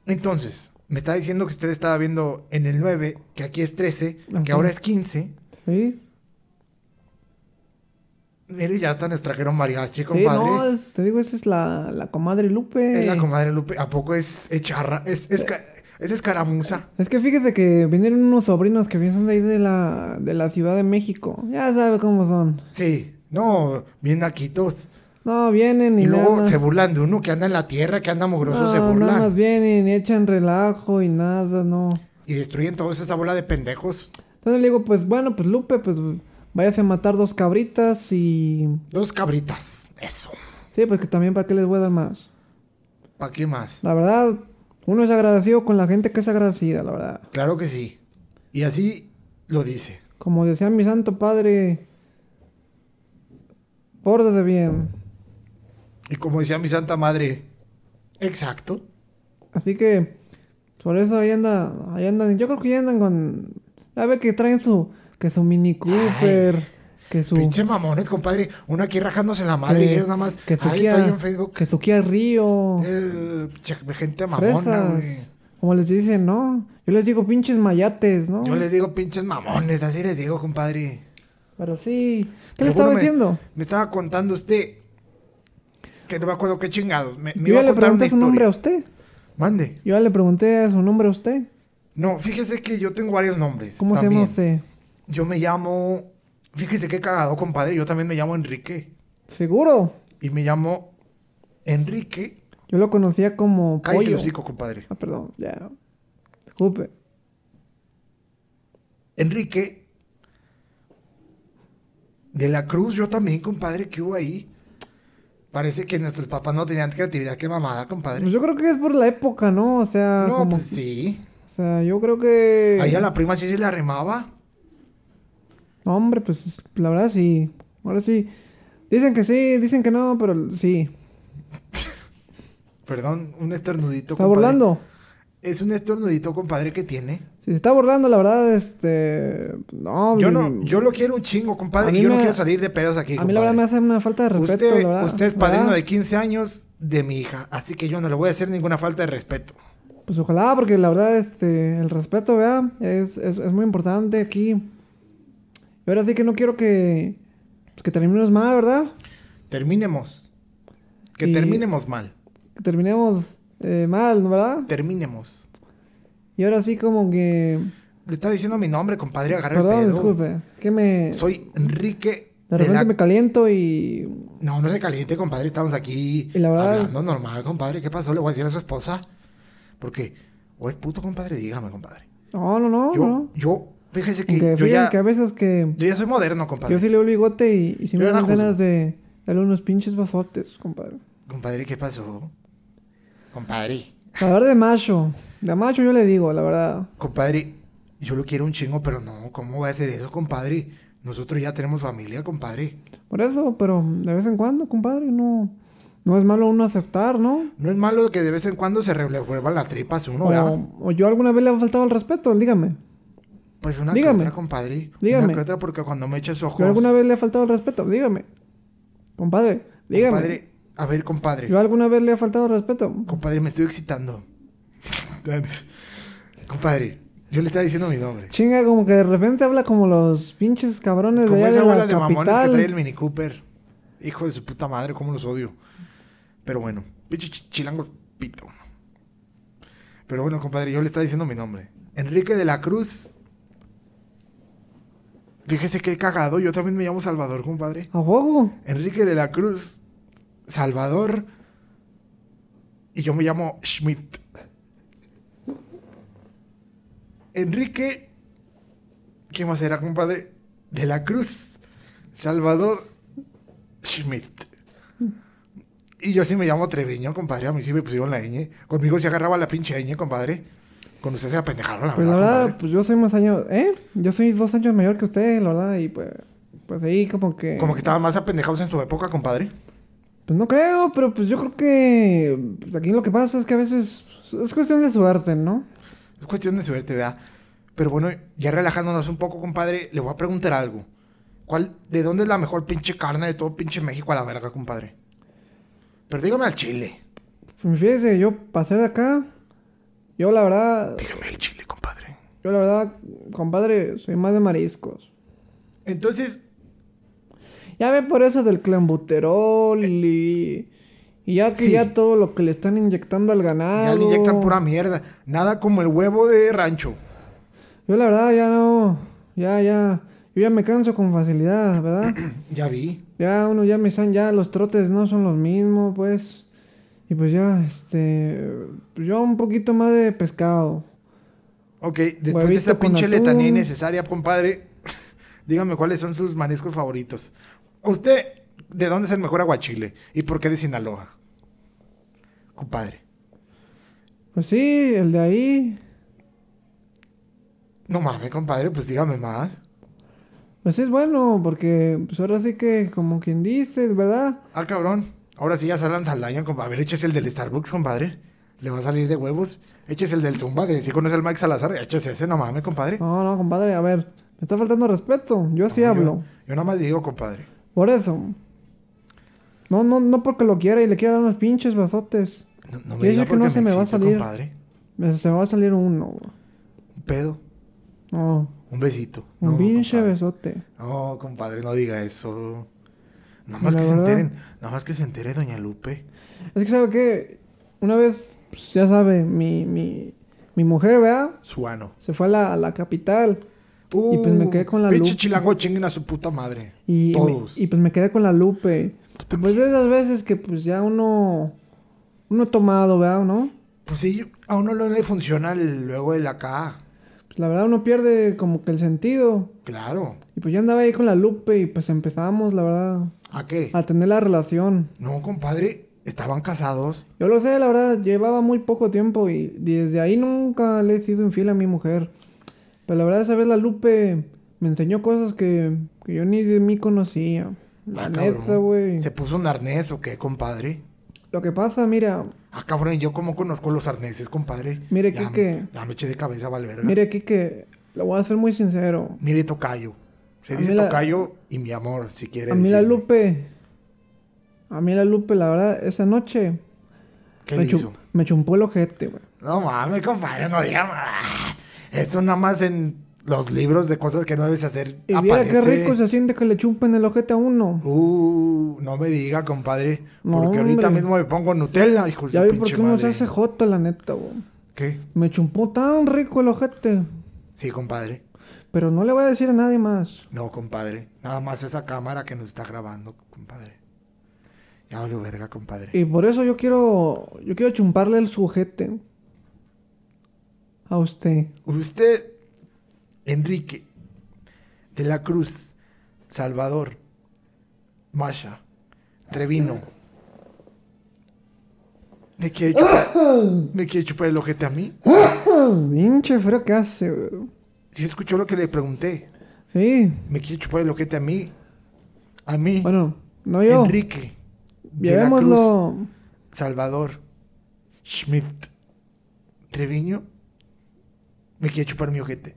Entonces, me está diciendo que usted estaba viendo en el 9, que aquí es 13, que
Ajá.
ahora es 15.
Sí.
Mire, ya hasta nos trajeron mariachi,
Sí,
compadre.
no, es- te digo, esa es la, la comadre Lupe.
Es la comadre Lupe. ¿A poco es, es charra? Es, es ca- Es escaramuza.
Es que fíjese que vinieron unos sobrinos que vienen de ahí de la, de la Ciudad de México. Ya sabe cómo son.
Sí, no, bien naquitos.
No, vienen y,
Y luego
nada.
se burlan de uno que anda en la tierra, que anda
no,
mugroso, se
nada
burlan.
más vienen y echan relajo y nada, no.
Y destruyen toda esa bola de pendejos.
Entonces le digo, pues bueno, pues Lupe, pues váyase a matar dos cabritas y...
Dos cabritas. Eso.
Sí, pues que también para qué les voy a dar más.
¿Para qué más?
La verdad, uno es agradecido con la gente que es agradecida, la verdad.
Claro que sí. Y así lo dice.
Como decía mi santo padre, pórtate bien.
Y como decía mi santa madre. Exacto.
Así que, por eso ahí anda, ahí andan, yo creo que ya andan con... Ya ve que traen su, que su Mini Cooper, que su...
Pinche mamones, compadre. Uno aquí rajándose la madre y
que-
ellos nada más.
Que su
Ahí
Kia-
estoy en Facebook.
Que su Kia Río.
Eh, che, gente mamona,
fresas.
güey.
Como les dicen, ¿no? Yo les digo pinches mayates, ¿no?
Yo les digo pinches mamones, así les digo, compadre.
Pero sí. ¿Qué
Te
le estaba
juro, me-
diciendo?
Me estaba contando usted. Que no me acuerdo qué chingados. Me, me
Yo
iba
ya
a
le
contar una
pregunté su
historia.
nombre a usted.
Mande.
Yo ya le pregunté su nombre a usted.
No, fíjese que yo tengo varios nombres.
¿Cómo se llama
también.
usted?
Yo me llamo. Fíjese qué cagado, compadre. Yo también me llamo Enrique.
¿Seguro?
Y me llamo Enrique.
Yo lo conocía como
Cállese el
Pollo.
hocico, compadre.
Ah, perdón, ya. Disculpe.
Enrique. De la Cruz, yo también, compadre, que hubo ahí. Parece que nuestros papás no tenían creatividad. Qué mamada,
Pues
compadre.
yo creo que es por la época, ¿no? O sea,
No,
como...
pues sí.
O sea, yo creo que...
Ahí a la prima sí se la remaba.
No, hombre, pues la verdad sí. Ahora sí. Dicen que sí, dicen que no, pero sí.
Perdón, un
¿Se
estornudito.
está
compadre.
burlando?
Es un estornudito, compadre, que tiene.
Si se está burlando, la verdad, este... No,
Yo
mm,
no, yo lo quiero un chingo,
A
compadre.
mí
y Yo no
me-
quiero salir de pedos aquí.
A mí la verdad
compadre.
me hace una falta de respeto,
usted,
la verdad.
usted es padrino
¿verdad?
de 15 años de mi hija, así que yo no le voy a hacer ninguna falta de respeto.
Pues ojalá, porque la verdad, este... El respeto, vea, es, es, es muy importante aquí. Y ahora sí que no quiero que... pues, que terminemos mal, ¿verdad?
Terminemos. Que
Y-
terminemos mal.
Que terminemos eh, mal, ¿no, ¿verdad?
Terminemos.
Y ahora sí como que...
Le está diciendo mi nombre, compadre, agarra el
Perdón,
pedo.
disculpe. es Que me...
Soy Enrique de
De repente
la-
me caliento y...
No, no se caliente, compadre. Estamos aquí
Y la verdad-
hablando normal, compadre. ¿Qué pasó? Le voy a decir a su esposa. Porque, o es puto, compadre, dígame, compadre.
No, no, no,
Yo,
no.
yo, fíjese que
Aunque
yo
fíjense
ya,
que a veces que...
yo ya soy moderno, compadre.
Yo sí leo el bigote y, y sí me
Yo era
dan
justo.
ganas de darle unos pinches bazotes, compadre.
Compadre, ¿qué pasó? Compadre.
Hablar de macho. De macho yo le digo, la verdad.
Compadre, yo lo quiero un chingo, pero no, ¿cómo voy a hacer eso, compadre? Nosotros ya tenemos familia, compadre.
Por eso, pero de vez en cuando, compadre, no... No es malo uno aceptar, ¿no?
No es malo que de vez en cuando se re- le vuelvan las tripas a uno, ¿verdad?
o, o yo alguna vez le he faltado al respeto, dígame.
Pues una
Dígame.
que otra, compadre.
Dígame.
Una que otra, porque cuando me eches ojos.
Yo alguna vez le he faltado al respeto, dígame. Compadre, dígame.
Compadre, eh. a ver, compadre.
Yo alguna vez le he faltado al respeto.
Compadre, me estoy excitando. compadre, yo le estaba diciendo mi nombre.
Chinga, como que de repente habla como los pinches cabrones de
Como
allá de
esa bola
la
de mamones que
capital.
trae el Mini Cooper. Hijo de su puta madre, cómo los odio. Pero bueno, pinche chi- chilango pito. Pero bueno, compadre, yo le estaba diciendo mi nombre. Enrique de la Cruz. Fíjese que he cagado, yo también me llamo Salvador, compadre.
¿A poco?
Enrique de la Cruz, Salvador. Y yo me llamo Schmidt. Enrique. ¿Qué más era, compadre? De la Cruz, Salvador Schmidt. Y yo sí me llamo Treviño, compadre. A mí sí me pusieron la ñ. Conmigo se agarraba la pinche ñ, compadre. Con usted se apendejaron, la
Pues la
verdad,
verdad,
Ah, compadre.
pues yo soy más años... ¿Eh? Yo soy dos años mayor que usted, la verdad, y pues... Pues ahí como que...
Como que estaban más apendejados en su época, compadre.
Pues no creo, pero pues yo creo que... pues aquí lo que pasa es que a veces... Es cuestión de suerte, ¿no?
Es cuestión de suerte, ¿verdad? Pero bueno, ya relajándonos un poco, compadre, le voy a preguntar algo. ¿Cuál, ¿De dónde es la mejor pinche carne de todo pinche México a la verga, compadre? Pero dígame al chile.
Pues fíjese, yo pasé de acá... Yo la verdad...
Dígame al chile, compadre.
Yo la verdad, compadre, soy más de mariscos.
Entonces,
Ya ve por eso del clambuterol y... Y ya que
Sí.
ya todo lo que le están inyectando al ganado.
Ya le inyectan pura mierda. Nada como el huevo de rancho.
Yo la verdad ya no. Ya, ya. Yo ya me canso con facilidad, ¿verdad?
Ya vi.
ya uno ya me san, ya los trotes no son los mismos, pues. Y pues ya, este. Pues yo un poquito más de pescado.
Ok, después de
Huevito
esa
con
pinche
atún.
letanía innecesaria, compadre, dígame cuáles son sus mariscos favoritos. Usted, ¿de dónde es el mejor aguachile? ¿Y por qué de Sinaloa? Compadre.
Pues sí, el de ahí.
No mames, compadre, pues dígame más.
Pues es bueno, porque pues ahora sí que, como quien dice, ¿verdad?
Ah, cabrón. Ahora sí ya salen Saldaña, compadre. A ver, échese el del Starbucks, compadre. Le va a salir de huevos. Échese el del Zumba, de si conoce el Mike Salazar. Échese ese, no mames, compadre.
No, no, compadre, a ver. Me está faltando respeto. Yo sí hablo.
Yo, yo nada más digo, compadre.
Por eso. No, no, no porque lo quiera y le quiera dar unos pinches bazotes.
No, no me diga
Quiere decir que no
porque
se me va a
excito,
salir.
compadre.
Me- Se me va a salir uno, güey.
Un pedo,
No,
un besito.
un
No,
pinche
compadre.
besote.
No, compadre, no diga eso. Nada más
La
que
verdad.
se enteren, nada más que se entere Doña Lupe.
Es que, ¿sabe qué? Una vez, pues, ya sabe, mi, mi, mi mujer, ¿verdad?
Suano.
Se fue a la, a la capital. Y pues me quedé con la
Pinche
Lupe.
chilango chinguen a su puta madre.
Y, y me-
Todos.
y pues me quedé con la Lupe. Y pues de esas veces que pues ya uno... Uno tomado, ¿verdad? ¿No?
Pues sí, a uno no le funciona el, luego el acá.
Pues la verdad uno pierde como que el sentido.
Claro.
Y pues yo andaba ahí con la Lupe y pues empezamos, la verdad,
¿A qué?
a tener la relación.
No, compadre, estaban casados.
Yo lo sé, la verdad, llevaba muy poco tiempo y desde ahí nunca le he sido infiel a mi mujer. Pero la verdad, esa vez la Lupe me enseñó cosas que, que yo ni de mí conocía. La
Ah, cabrón.
neta, güey.
¿Se puso un arnés o qué, compadre?
Lo que pasa, mira,
Ah, cabrón, ¿y yo cómo conozco los arneses, compadre?
Mire,
ya,
Quique.
me- Ya me eché de cabeza, Valverde. Mire,
mire, Kike, le voy a ser muy sincero.
tocayo. Se
A
dice
mí la-
tocayo y mi amor, si quiere
A mí la
decirme.
Lupe, a mí la Lupe, la verdad, esa noche
¿Qué
me,
le
chu-
hizo?
me chumpó el ojete, güey.
No mames, compadre, no digas. ah, Esto nada más en los libros de cosas que no debes hacer.
Y viera
aparece.
qué rico se siente que le chumpen el ojete a uno.
Uh, no me diga, compadre.
No,
Porque ahorita
hombre.
mismo me pongo Nutella, hijo de
Ya
su
vi por
pinche
qué uno se
madre.
hace joto, la neta, güey.
¿Qué?
Me chumpó tan rico el ojete.
Sí, compadre.
Pero no le voy a decir a nadie más.
No, compadre. Nada más esa cámara que nos está grabando, compadre. Ya valió verga, compadre.
Y por eso yo quiero. Yo quiero chumparle el sujete. A usted.
Usted, Enrique, de la Cruz, Salvador, Masha, Trevino. ¿Me quiere chupar, ¿me quiere chupar el ojete a mí?
Pinche frío que hace, güey.
Si escuchó lo que le pregunté.
Sí.
¿Me quiere chupar el ojete a mí? A mí,
Bueno, no yo.
Enrique, de la Cruz,
Llevémoslo.
Salvador, Schmidt, Treviño. ¿Me quiere chupar mi ojete?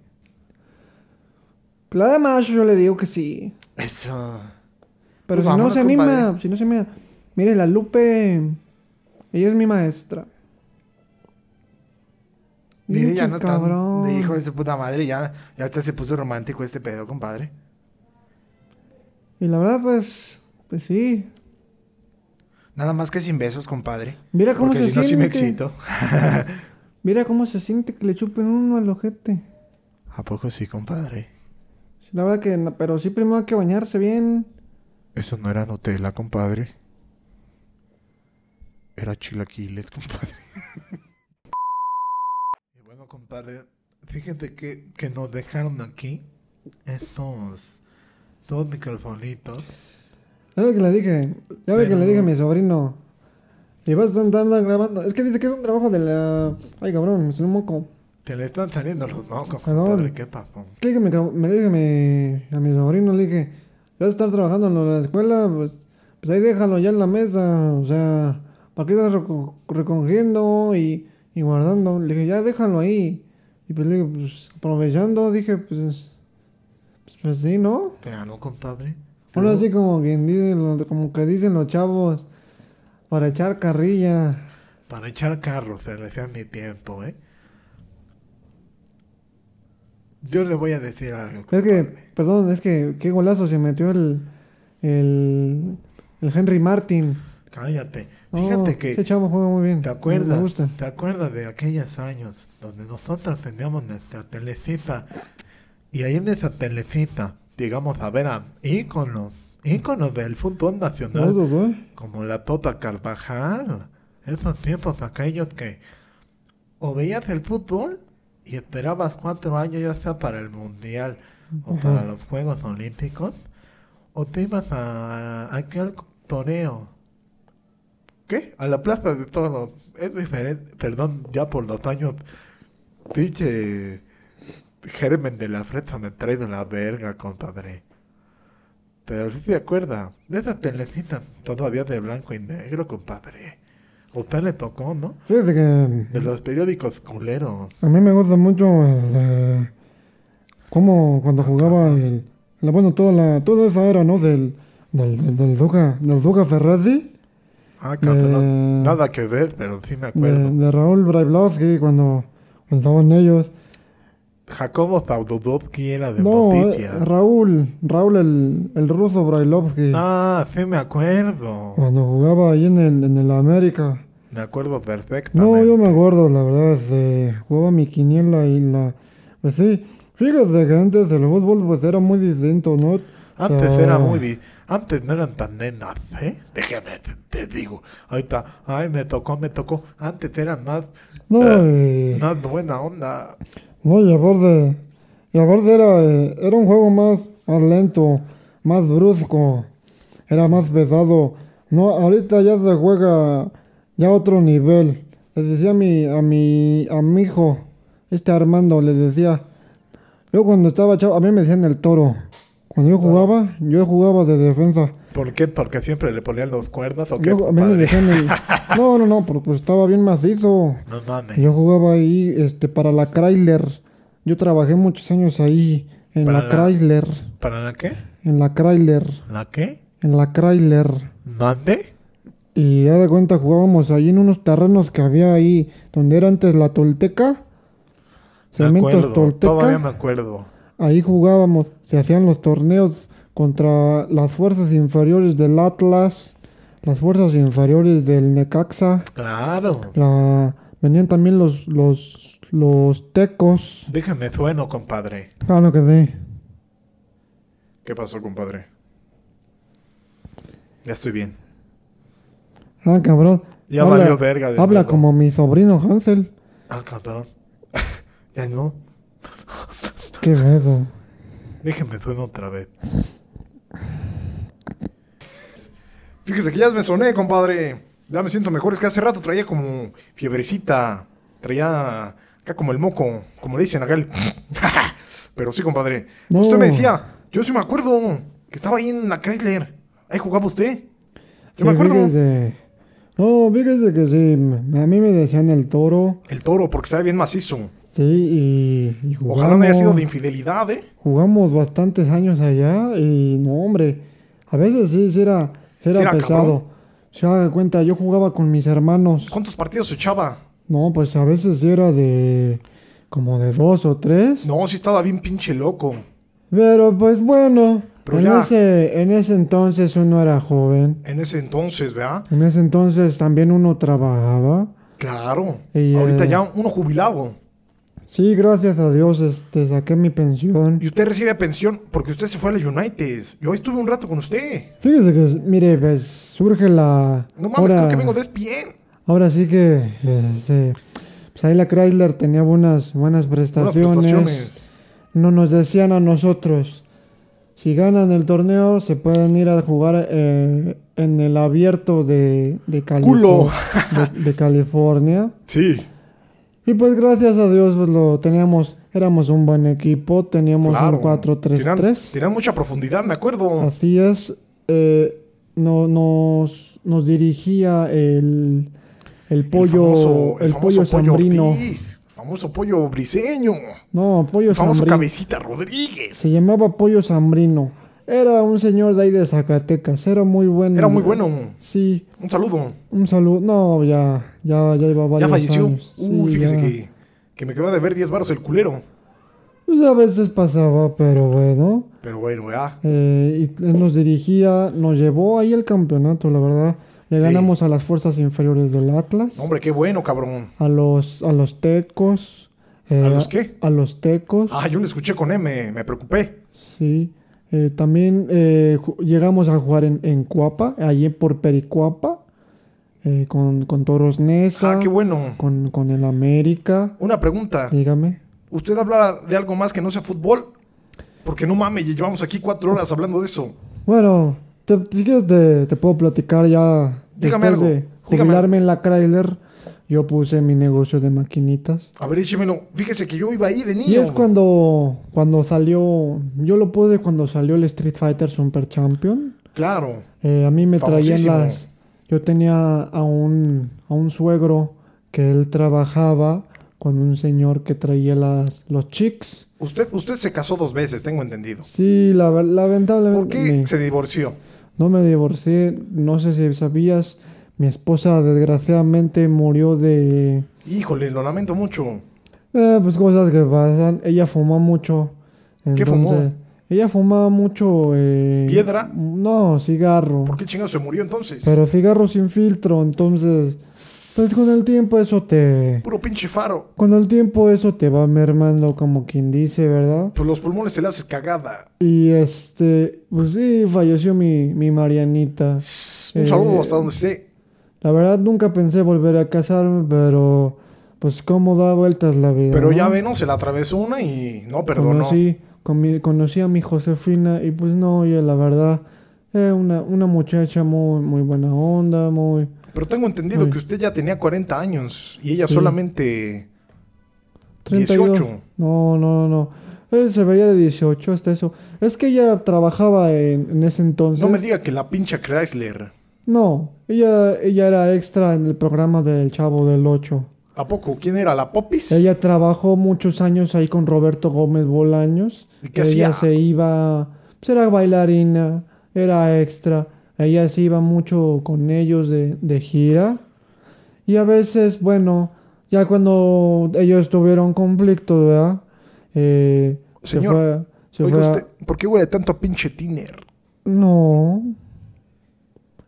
La de macho yo le digo que sí.
Eso. Pues
Pero si no
vámonos,
se anima,
compadre.
si no se anima. Mire, la Lupe. Ella es mi maestra.
Mire, ya
Pinches
no tan
cabrón.
de hijo de su puta madre, ya, ya hasta se puso romántico este pedo, compadre.
Y la verdad, pues. Pues sí.
Nada más que sin besos, compadre.
Mira cómo
Porque
se
si no, sí me
siente.
excito.
Mira cómo se siente que le chupen uno al ojete.
¿A poco sí, compadre?
Sí, La verdad que, no, pero sí primero hay que bañarse bien.
Eso no era Nutella, compadre. Era chilaquiles, compadre.
Y bueno, compadre, fíjate que, que nos dejaron aquí estos dos microfonitos.
Ya ve que le dije, ya ve que
Pero-
le dije a mi sobrino. Y vas a andar grabando. Es que dice que es un trabajo de la. Ay, cabrón, me salió un moco.
Te le están saliendo los mocos,
Perdón.
compadre, qué pasó.
Es que le dije, a mi cab- me, le dije a mi, a mi sobrino, le dije, ya vas a estar trabajando en lo de la escuela, pues, pues ahí déjalo ya en la mesa. O sea, ¿para qué estás reco- recogiendo y, y guardando? Le dije, ya déjalo ahí. Y pues le dije, pues aprovechando, dije, pues. Pues, pues sí, ¿no?
Claro, compadre.
Uno así como quien dice, lo- como que dicen los chavos, para echar carrilla.
Para echar carros, se decía mi tiempo, ¿eh? Yo le voy a decir algo.
Es
compadre.
que, perdón, es que qué golazo se metió el, el, el Henry Martin.
Cállate. Fíjate
No,
que-
Ese chavo juega muy bien.
¿Te acuerdas?
Me gusta.
¿Te acuerdas de aquellos años donde nosotros teníamos nuestra telecita? Y ahí en esa telecita llegamos a ver a íconos, íconos del fútbol nacional,
Todos, ¿eh?
como la Tota Carvajal. Esos tiempos aquellos que o veías el fútbol y esperabas cuatro años ya sea para el Mundial o para los Juegos Olímpicos, o te ibas a, a aquel torneo. ¿Qué? A la Plaza de Toros. Es diferente. Perdón, ya por los años. Pinche. Germen de la fresa me trae de la verga, compadre. Pero si te acuerdas, de esas telecitas todavía de blanco y negro, compadre. Usted le tocó, ¿no?
Fíjate que
De los periódicos culeros.
a mí me gusta mucho este, cómo cuando jugaba el... la- bueno, toda, la, toda esa era, ¿no? Del, del, del, del Duca, del Duca Ferrazzi.
Ah, cabrón.
Eh,
Nada que ver, pero sí me
de,
acuerdo.
de Raúl Brailovsky cuando estaban ellos.
Jacobo Zaududovsky era de
No,
Motitia.
eh, Raúl, Raúl el, el ruso Brailovsky.
Ah, sí me acuerdo.
Cuando jugaba ahí en el, en el América.
Me acuerdo perfectamente.
No, yo me acuerdo, la verdad, este, jugaba mi quiniela y la... Pues sí, fíjate que antes el fútbol pues era muy distinto, ¿no?
Antes
Ah,
era muy... di- Antes no eran tan nenas, ¿eh? Déjame, te, te digo. Ahí está. Ay, me tocó, me tocó. Antes eran más...
No,
eh,
y-
más buena onda.
No, y aparte, y aparte era, eh, era un juego más, más lento, más brusco, era más pesado. No, ahorita ya se juega ya otro nivel. Les decía a mi, a mi, a mi hijo, este Armando, les decía, yo cuando estaba chavo, a mí me decían el toro. Cuando yo jugaba, yo jugaba de defensa.
¿Por qué? Porque siempre le ponían los cuernos o qué,
Yo- a mí me
compadre?
decían el- No, no, no, pero pues estaba bien macizo.
No mames.
Yo jugaba ahí este, para la Chrysler. Yo trabajé muchos años ahí en
Para
la,
la-
Chrysler.
¿Para la qué?
En la Chrysler.
¿La qué?
En la Chrysler.
¿Mande?
Y ya de cuenta jugábamos ahí en unos terrenos que había ahí donde era antes la Tolteca.
Me
Cementos
acuerdo. Todavía
Tolteca.
me acuerdo.
Ahí jugábamos. Se hacían los torneos contra las fuerzas inferiores del Atlas. Las fuerzas inferiores del Necaxa.
Claro.
La... Venían también los, los, los tecos. Ah,
Déjame sueno, compadre.
Claro que sí.
¿Qué pasó, compadre? Ya estoy bien.
Ah, cabrón.
Ya valió verga de
Habla
nuevo.
como mi sobrino Hansel.
Ah, cabrón. ya no.
Qué pedo.
Déjenme sueno otra vez.
Fíjese que ya me soné, compadre. Ya me siento mejor. Es que hace rato traía como fiebrecita. Traía acá como el moco. Como le dicen acá el... Pero sí, compadre.
No.
Usted me decía, yo sí me acuerdo que estaba ahí en la Chrysler. Ahí jugaba usted. Yo me
Sí,
acuerdo.
Fíjese. No, fíjese que sí. m- A mí me decían el toro.
El toro, porque estaba bien macizo.
Sí, y, y jugamos.
Ojalá no haya sido de infidelidad, ¿eh?
Jugamos bastantes años allá y no, hombre. A veces sí, sí era, sí era
Sí era
pesado. Se da cuenta, yo jugaba con mis hermanos.
¿Cuántos partidos se echaba?
No, pues a veces sí era de. como de dos o tres.
No, sí estaba bien pinche loco.
Pero pues bueno.
Pero
en,
ya.
ese, en ese entonces uno era joven.
En ese entonces, ¿verdad?
En ese entonces también uno trabajaba.
Claro.
Y,
Ahorita
eh,
ya uno jubilado.
Sí, gracias a Dios, este, saqué mi pensión.
Y usted recibe pensión porque usted se fue a la United. Yo estuve un rato con usted.
Fíjese que, mire, pues surge la...
No mames, creo que vengo de bien.
ahora sí que, este, pues ahí la Chrysler tenía buenas, buenas
Buenas
prestaciones.
prestaciones.
No nos decían a nosotros, si ganan el torneo se pueden ir a jugar eh, en el abierto de, de, Calif-
Culo.
de- de California.
Sí.
Y pues gracias a Dios pues lo teníamos, éramos un buen equipo, teníamos
Claro.
un 4-3-3.
Tenían mucha profundidad, me acuerdo.
Así es, eh, no, nos, nos dirigía el, el pollo,
famoso-
el, pollo
famoso
zambrino.
Ortiz, el famoso pollo briseño.
no, pollo
El famoso
zambrino.
cabecita Rodríguez.
Se llamaba pollo zambrino. Era un señor de ahí de Zacatecas, era muy bueno.
Era muy bueno. Un
Sí,
saludo.
un saludo. No, ya, ya, ya iba
ya
varios
falleció.
años.
Uy,
Sí,
fíjese
ya.
que, que me quedó de ver 10 varos el culero.
Pues a veces pasaba, pero bueno.
Pero bueno, ya.
Eh, y él nos dirigía, nos llevó ahí el campeonato, la verdad. Le
Sí.
ganamos a las fuerzas inferiores del Atlas,
Hombre, qué bueno, cabrón.
a los, a los tecos. eh,
¿A los qué?
A los tecos,
Ah, yo lo escuché con M, me preocupé.
sí. Eh, también eh, ju- llegamos a jugar en, en Cuapa, allí por Pericuapa, eh, con, con Toros Neza,
Ah, qué bueno.
con, con el América.
Una pregunta.
Dígame.
¿Usted habla de algo más que no sea fútbol? Porque no mames, ya llevamos aquí cuatro horas hablando de eso.
Bueno, te, si quieres te, te puedo platicar ya.
Dígame
después
algo,
De
dígame
jubilarme en la Chrysler, yo puse mi negocio de maquinitas.
A ver, échemelo. Fíjese que yo iba ahí de niño.
Y es cuando, cuando salió, yo lo pude cuando salió el Street Fighter Super Champion.
Claro.
Eh, a mí me traían
Famosísimo.
las... Yo tenía a un, a un suegro que él trabajaba con un señor que traía las, los chicks.
Usted, usted se casó dos veces, tengo entendido.
Sí, la, ver- lamentablemente...
¿Por qué
me-
se divorció?
No me divorcié, no sé si sabías, mi esposa desgraciadamente murió de...
Híjole, lo lamento mucho.
eh, pues cosas que pasan, ella fumó mucho.
¿Qué fumó?
entonces- Ella fumaba mucho... eh,
¿Piedra?
No, cigarro.
¿Por qué chingado se murió entonces?
Pero cigarro sin filtro, entonces... Pues con el tiempo eso te...
Puro pinche faro.
Con el tiempo eso te va mermando como quien dice, ¿verdad?
Pues los pulmones se le haces cagada.
Y este... Pues sí, falleció mi, mi Marianita.
Un
Eh,
saludo hasta donde esté.
La verdad nunca pensé volver a casarme, pero pues cómo da vueltas la vida.
Pero
¿no?
ya ve, ¿no? Se la atravesó una y no perdonó.
Conocí, con mi- conocí a mi Josefina y pues no, oye, la verdad, eh, una, una muchacha muy, muy buena onda, muy...
Pero tengo entendido
Uy.
que usted ya tenía 40 años y ella
Sí.
solamente
32.
18.
No, no, no, no. Eh, se veía de 18 hasta eso. Es que ella trabajaba en, en ese entonces.
No me diga que la pincha Chrysler.
No, ella, ella era extra en el programa del Chavo del 8.
¿A poco? ¿Quién era? ¿La Popis?
Ella trabajó muchos años ahí con Roberto Gómez Bolaños.
¿Y qué
ella
hacía?
se iba, pues era bailarina, era extra. Ella se iba mucho con ellos de, de gira. Y a veces, bueno, ya cuando ellos tuvieron conflicto, ¿verdad? Eh, se
Señor,
fue- se
Oiga,
fue a-
usted, ¿por qué huele tanto a pinche tiner?
No.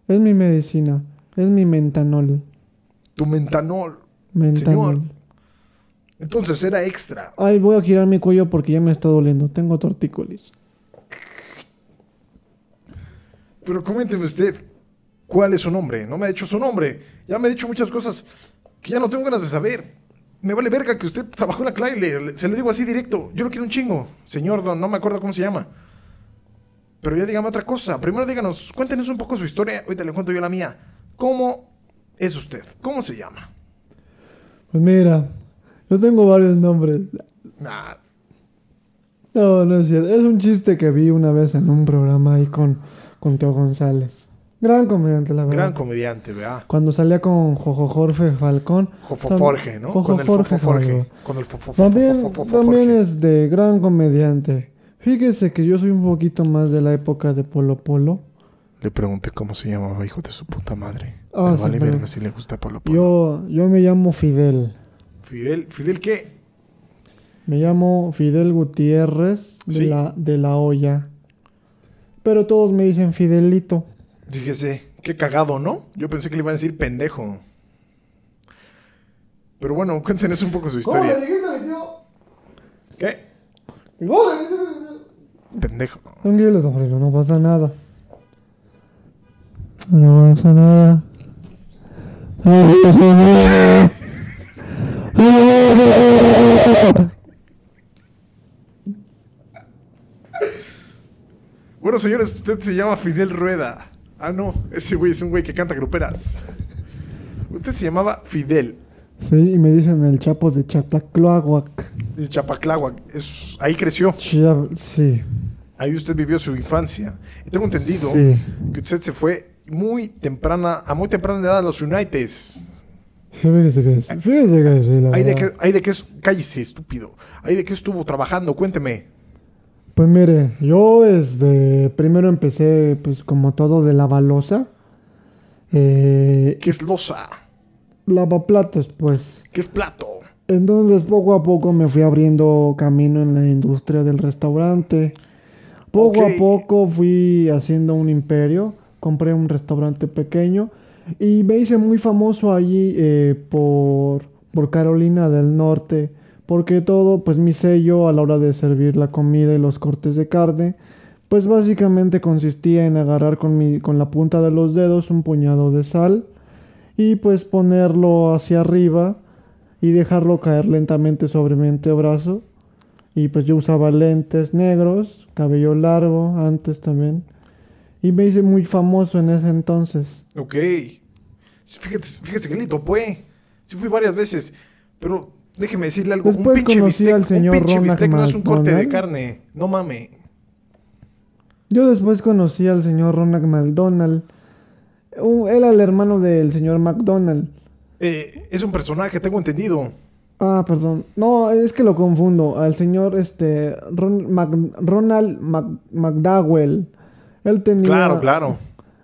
Es mi medicina. Es mi mentanol.
Tu mentanol.
Mentanol.
Entonces era extra.
Ay, voy a girar mi cuello porque ya me está doliendo. Tengo tortícolis.
Pero coménteme usted, ¿cuál es su nombre? No me ha dicho su nombre. Ya me ha dicho muchas cosas que ya no tengo ganas de saber. Me vale verga que usted trabajó en la Chrysler. Se lo digo así directo. Yo lo quiero un chingo. Señor Don, no me acuerdo cómo se llama. Pero ya dígame otra cosa. Primero díganos, cuéntenos un poco su historia. Ahorita le cuento yo la mía. ¿Cómo es usted? ¿Cómo se llama?
Pues mira, yo tengo varios nombres.
Nah,
No, no es cierto. Es un chiste que vi una vez en un programa ahí con, con Teo González. Gran comediante, la verdad.
gran comediante, vea.
Cuando salía con Jojo Jorge Falcón. tam-
Jofoforge, ¿no?
Jojo
Con el
Jorge
Fofoforge.
Falcón.
Con el Fofoforge.
También, también es de gran comediante. Fíjese que yo soy un poquito más de la época de Polo Polo.
Le pregunté cómo se llamaba, hijo de su puta madre.
Ah,
Me
sí,
vale
perdón.
verga si le gusta Polo Polo.
Yo, yo me llamo Fidel.
Fidel, ¿Fidel qué?
Me llamo Fidel Gutiérrez de,
Sí.
la, de la olla. Pero todos me dicen Fidelito.
Fíjese, qué cagado, ¿no? Yo pensé que le iban a decir pendejo. Pero bueno, cuéntenos un poco su historia. ¿Qué? Pendejo.
Tranquilo, don Freddy, no pasa nada. No pasa nada. No pasa nada.
Bueno, señores, usted se llama Fidel Rueda. Ah, no, ese güey es un güey que canta gruperas. Usted se llamaba Fidel
Sí, y me dicen el chapo de Chapacloahuac.
de Chapacláhuac. Es- ahí creció,
Chia- Sí,
ahí usted vivió su infancia. Y tengo entendido
sí.
que usted se fue muy temprana, a muy temprana edad a los Uniteds.
Fíjese que sí, fíjese que sí, la
Ahí de
verdad.
que, ahí de que es, cállese, estúpido. Ahí de que estuvo trabajando, cuénteme.
Pues mire, yo desde primero empecé pues como todo de la balosa. Eh,
¿Qué es losa?
lavaplatos, pues.
¿Qué es plato?
Entonces poco a poco me fui abriendo camino en la industria del restaurante. Poco
Ok.
a poco fui haciendo un imperio, compré un restaurante pequeño Y me hice muy famoso allí eh, por, por Carolina del Norte, porque todo, pues mi sello a la hora de servir la comida y los cortes de carne, pues básicamente consistía en agarrar con, mi, con la punta de los dedos un puñado de sal y pues ponerlo hacia arriba y dejarlo caer lentamente sobre mi antebrazo. Y pues yo usaba lentes negros, cabello largo antes también. Y me hice muy famoso en ese entonces.
Ok. Fíjate, fíjate que lindo, pues. Sí fui varias veces. Pero déjeme decirle algo.
Después
un pinche
conocí
bistec,
al señor
un pinche
Ronald
bistec no es un corte de
McDonald.
carne. No mames.
Yo después conocí al señor Ronald McDonald. Un- Era el hermano del señor McDonald.
Eh, es un personaje, tengo entendido.
Ah, perdón. No, es que lo confundo. Al señor este Ron- Mac- Ronald Mac- McDowell. Él tenía
Claro, claro.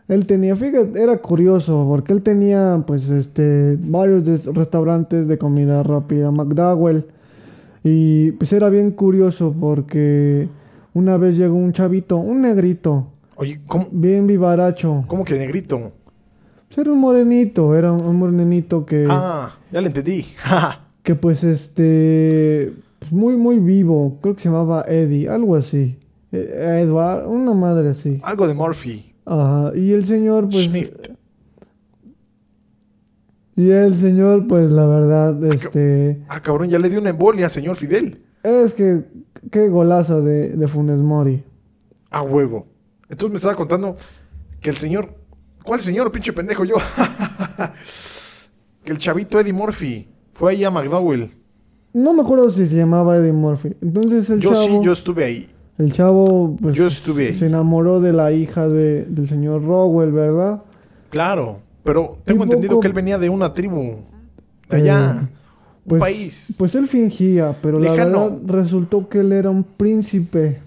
Él tenía, fíjate, era curioso porque él tenía pues este varios des- restaurantes de comida rápida, McDowell. Y pues era bien curioso porque una vez llegó un chavito, un negrito,
Oye, ¿cómo,
bien vivaracho.
cómo que negrito?
Pues, era un morenito, era un un morenito que
Ah, ya le entendí.
que pues este pues, muy muy vivo, creo que se llamaba Eddie, algo así. Eh, Edward, una madre así.
algo de Murphy.
Ajá, y el señor pues
Schmidt.
Y el señor, pues la verdad, este.
Ah, cabrón, ya le dio una embolia, señor Fidel.
Es que. Qué golazo de, de Funes Mori.
A huevo. Entonces me estaba contando que el señor. ¿Cuál señor, pinche pendejo yo? que el chavito Eddie Murphy fue ahí a McDowell.
No me acuerdo si se llamaba Eddie Murphy. Entonces el
Yo
chavo.
sí, yo estuve ahí.
El chavo, pues.
Yo estuve ahí.
Se enamoró de la hija de- del señor Rowell, ¿verdad?
Claro. Pero tengo
Un
entendido
poco-
que él venía de una tribu. De allá. un
Pues,
país.
Pues él fingía, pero la
Lejano.
verdad resultó que él era un príncipe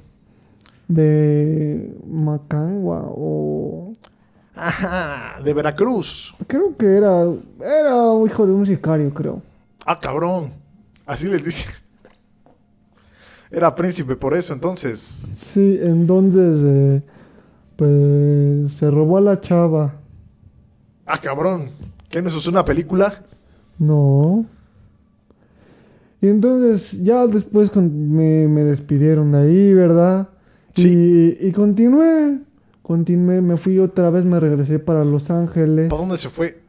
de Macangua o.
Ajá, de Veracruz.
Creo que era. Era hijo de un sicario, creo.
Ah, cabrón. Así les dice. Era príncipe por eso, entonces.
Sí, entonces, eh, pues se robó a la chava.
Ah, cabrón. ¿Qué nos es una película?
No. Y entonces ya después con- me, me despidieron de ahí, ¿verdad?
Sí.
Y, y continué, continué, me fui otra vez, me regresé para Los Ángeles,
¿Para dónde se fue?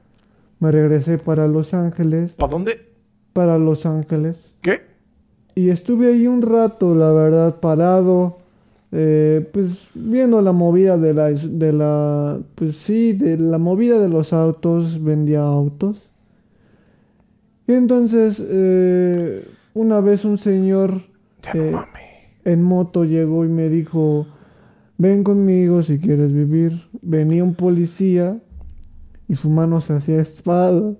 me regresé para Los Ángeles,
¿Para dónde?
para Los Ángeles.
¿Qué?
Y estuve ahí un rato, la verdad, parado, eh, pues viendo la movida de la, de la, pues sí, de la movida de los autos, vendía autos. Y entonces, eh, una vez un señor
Ya no
eh,
mames.
en moto llegó y me dijo, ven conmigo si quieres vivir. Venía un policía y su mano se hacía espada.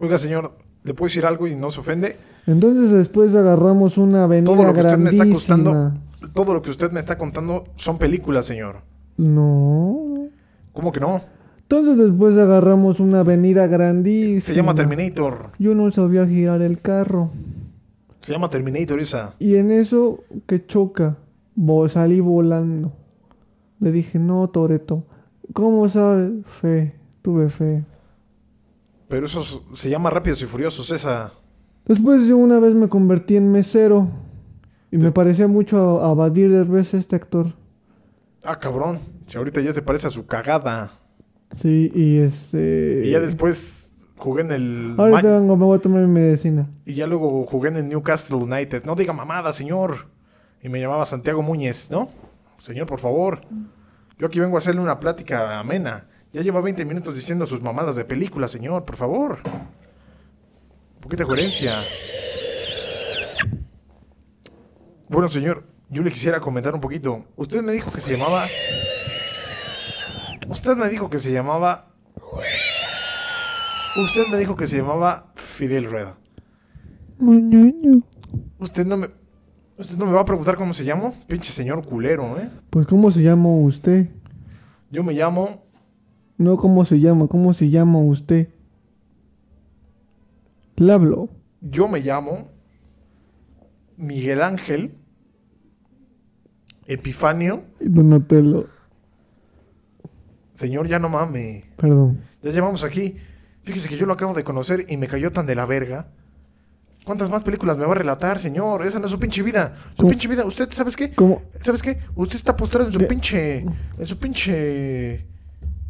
Oiga, señor, ¿le puedo decir algo y no se ofende?
Entonces después agarramos una avenida
Todo lo que usted me está
grandísima.
costando, todo lo que usted me está contando son películas, señor.
No.
¿Cómo que no?
Entonces después agarramos una avenida grandísima.
Se llama Terminator.
Yo no sabía girar el carro.
Se llama Terminator esa.
Y en eso que choca, vo- salí volando. Le dije, no, Toreto. ¿Cómo sabes? Fe, tuve fe.
Pero eso s- se llama Rápidos y Furiosos esa.
Después yo una vez me convertí en mesero. Y me parecía mucho a, a Badir Derbez este actor.
Ah, cabrón. Si ahorita ya se parece a su cagada.
Sí, y este...
Y ya después jugué en el... Ma-
Ahorita vengo, me voy a tomar mi medicina.
Y ya luego jugué en el Newcastle United. No diga mamada, señor. Y me llamaba Santiago Muñez, ¿no? Señor, por favor. Yo aquí vengo a hacerle una plática amena. Ya lleva 20 minutos diciendo sus mamadas de película, señor, por favor. Un poquito de coherencia. Bueno, señor, yo le quisiera comentar un poquito. Usted me dijo que se llamaba. Usted me dijo que se llamaba. Usted me dijo que se llamaba Fidel Rueda. Usted no me. Usted no me va a preguntar cómo se llamo, pinche señor culero, ¿eh?
Pues, ¿cómo se llama usted?
Yo me llamo.
No, ¿cómo se llama? ¿Cómo se llama usted? Le hablo.
Yo me llamo. Miguel Ángel. Epifanio
Donatello.
Señor, ya no mame.
Perdón.
Ya llevamos aquí. Fíjese que yo lo acabo de conocer y me cayó tan de la verga. ¿Cuántas más películas me va a relatar, señor? Esa no es su pinche vida. Su
¿Cómo?
pinche vida. ¿Usted sabes qué?
¿Cómo?
¿Sabes qué? Usted está postrado en su
¿Qué?
pinche. En su pinche.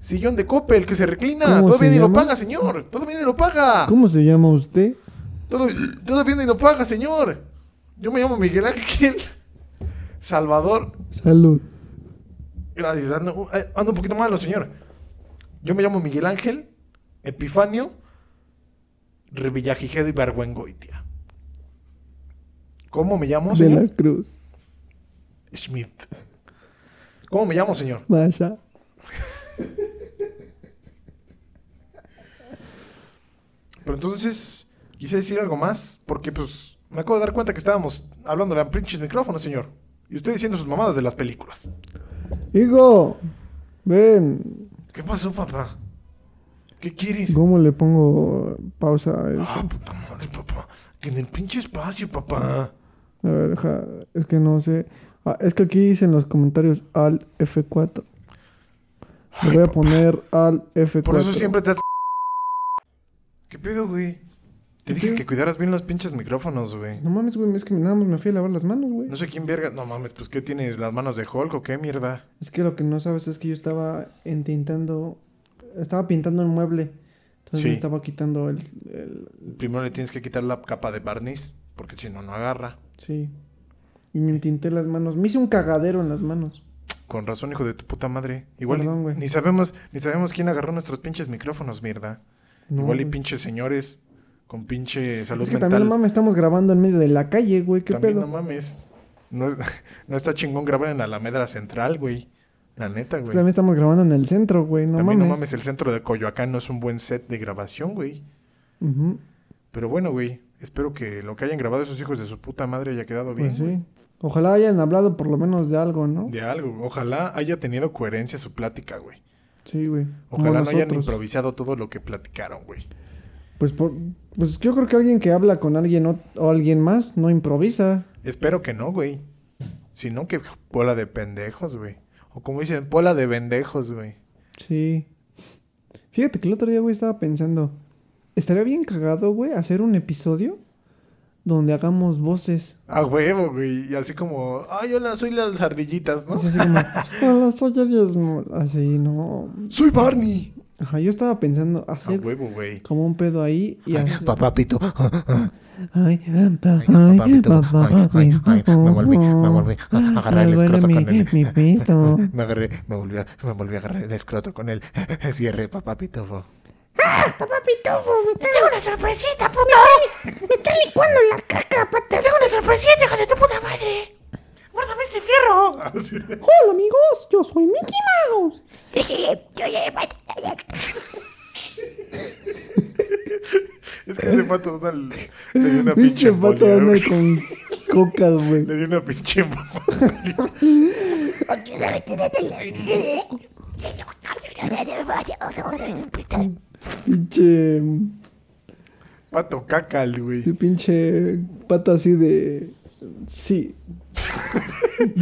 Sillón de cope, el que se reclina.
¿Cómo
Todavía
se
ni lo
llama?
paga, señor. Todavía ni lo paga.
¿Cómo se llama usted?
Todo, todavía ni lo paga, señor. Yo me llamo Miguel Ángel. Salvador.
Salud.
Gracias. Ando, eh, ando un poquito malo, señor. Yo me llamo Miguel Ángel Epifanio Revillagigedo y Barguengoitia. ¿Cómo me llamo,
de
señor?
la Cruz.
Schmidt. ¿Cómo me llamo, señor?
Vaya.
Pero entonces, quise decir algo más, porque pues me acabo de dar cuenta que estábamos hablando de pinches micrófonos, señor. Y usted diciendo sus mamadas de las películas.
Hijo, ven.
¿Qué pasó, papá? ¿Qué quieres?
¿Cómo le pongo pausa a
Ah,
eso?
puta madre, papá. Que en el pinche espacio, papá.
A ver, deja- es que no sé. Ah, es que aquí dicen los comentarios al F4.
Ay,
Le voy a
papá.
poner al F4.
Por eso siempre te has... ¿Qué pedo, güey? Te dije que cuidaras bien los pinches micrófonos, güey.
No mames, güey, es que nada más me fui a lavar las manos, güey.
No sé quién verga... No mames, pues ¿qué tienes? ¿Las manos de Hulk o qué mierda?
Es que lo que no sabes es que yo estaba entintando. Estaba pintando el mueble. Entonces
Sí.
me estaba quitando el, el-
Primero le tienes que quitar la capa de barniz, porque si no, no agarra.
Sí. Y me entinté las manos. Me hice un cagadero en las manos.
Con razón, hijo de tu puta madre. Igual
Perdón,
ni,
güey.
ni sabemos ni sabemos quién agarró nuestros pinches micrófonos, mierda.
No,
Igual y
güey.
pinches señores con pinche salud
Es que
mental.
también, no mames, estamos grabando en medio de la calle, güey. ¿Qué
También
pedo?
no mames. No, es- no está chingón grabar en la Alameda Central, güey. La neta, güey.
También estamos grabando en el centro, güey. No
También
mames.
no mames, el centro de Coyoacán no es un buen set de grabación, güey.
Ujú,
Pero bueno, güey, espero que lo que hayan grabado esos hijos de su puta madre haya quedado bien.
pues sí. Ojalá hayan hablado por lo menos de algo, ¿no?
De algo. Ojalá haya tenido coherencia su plática, güey.
Sí, güey. Como
Ojalá no hayan
nosotros.
improvisado todo lo que platicaron, güey.
Pues, por, pues yo creo que alguien que habla con alguien o, o alguien más no improvisa.
Espero que no, güey. Si no, que bola de pendejos, güey. O como dicen, bola de vendejos, güey.
Sí. Fíjate que el otro día, güey, estaba pensando. Estaría bien cagado, güey, hacer un episodio donde hagamos voces.
A huevo, güey. Y así como, ay, hola, soy las ardillitas, ¿no?
O sea, así como, hola, soy Diezmo. Así, no.
¡Soy Barney!
Ajá, yo estaba pensando
A
Ah,
hacer
huevo, güey.
como un pedo ahí y así.
Papá Pito.
Ay, papá,
papá, mi todo. Ay, ay, ay, me volví, me volví a agarrar el
Me duele
escroto
mi,
con el-
mi pito.
Me agarré, me volví, a, me volví a agarrar el escroto con el cierre, papá pitofo.
Te tengo una sorpresita, puto. Me está licuando la caca, pata. Te tengo una sorpresita, hijo de tu puta madre. Guárdame este fierro.
Ah,
Hola, amigos, yo soy Mickey Mouse.
Es que ese pato Donald le dio una pinche
Pinche pato
embolia,
anda
güey.
con cocas, güey.
Le dio una pinche embolia.
Pinche.
Pato cacal, güey.
sí, Pinche pato así de. Sí.
Pero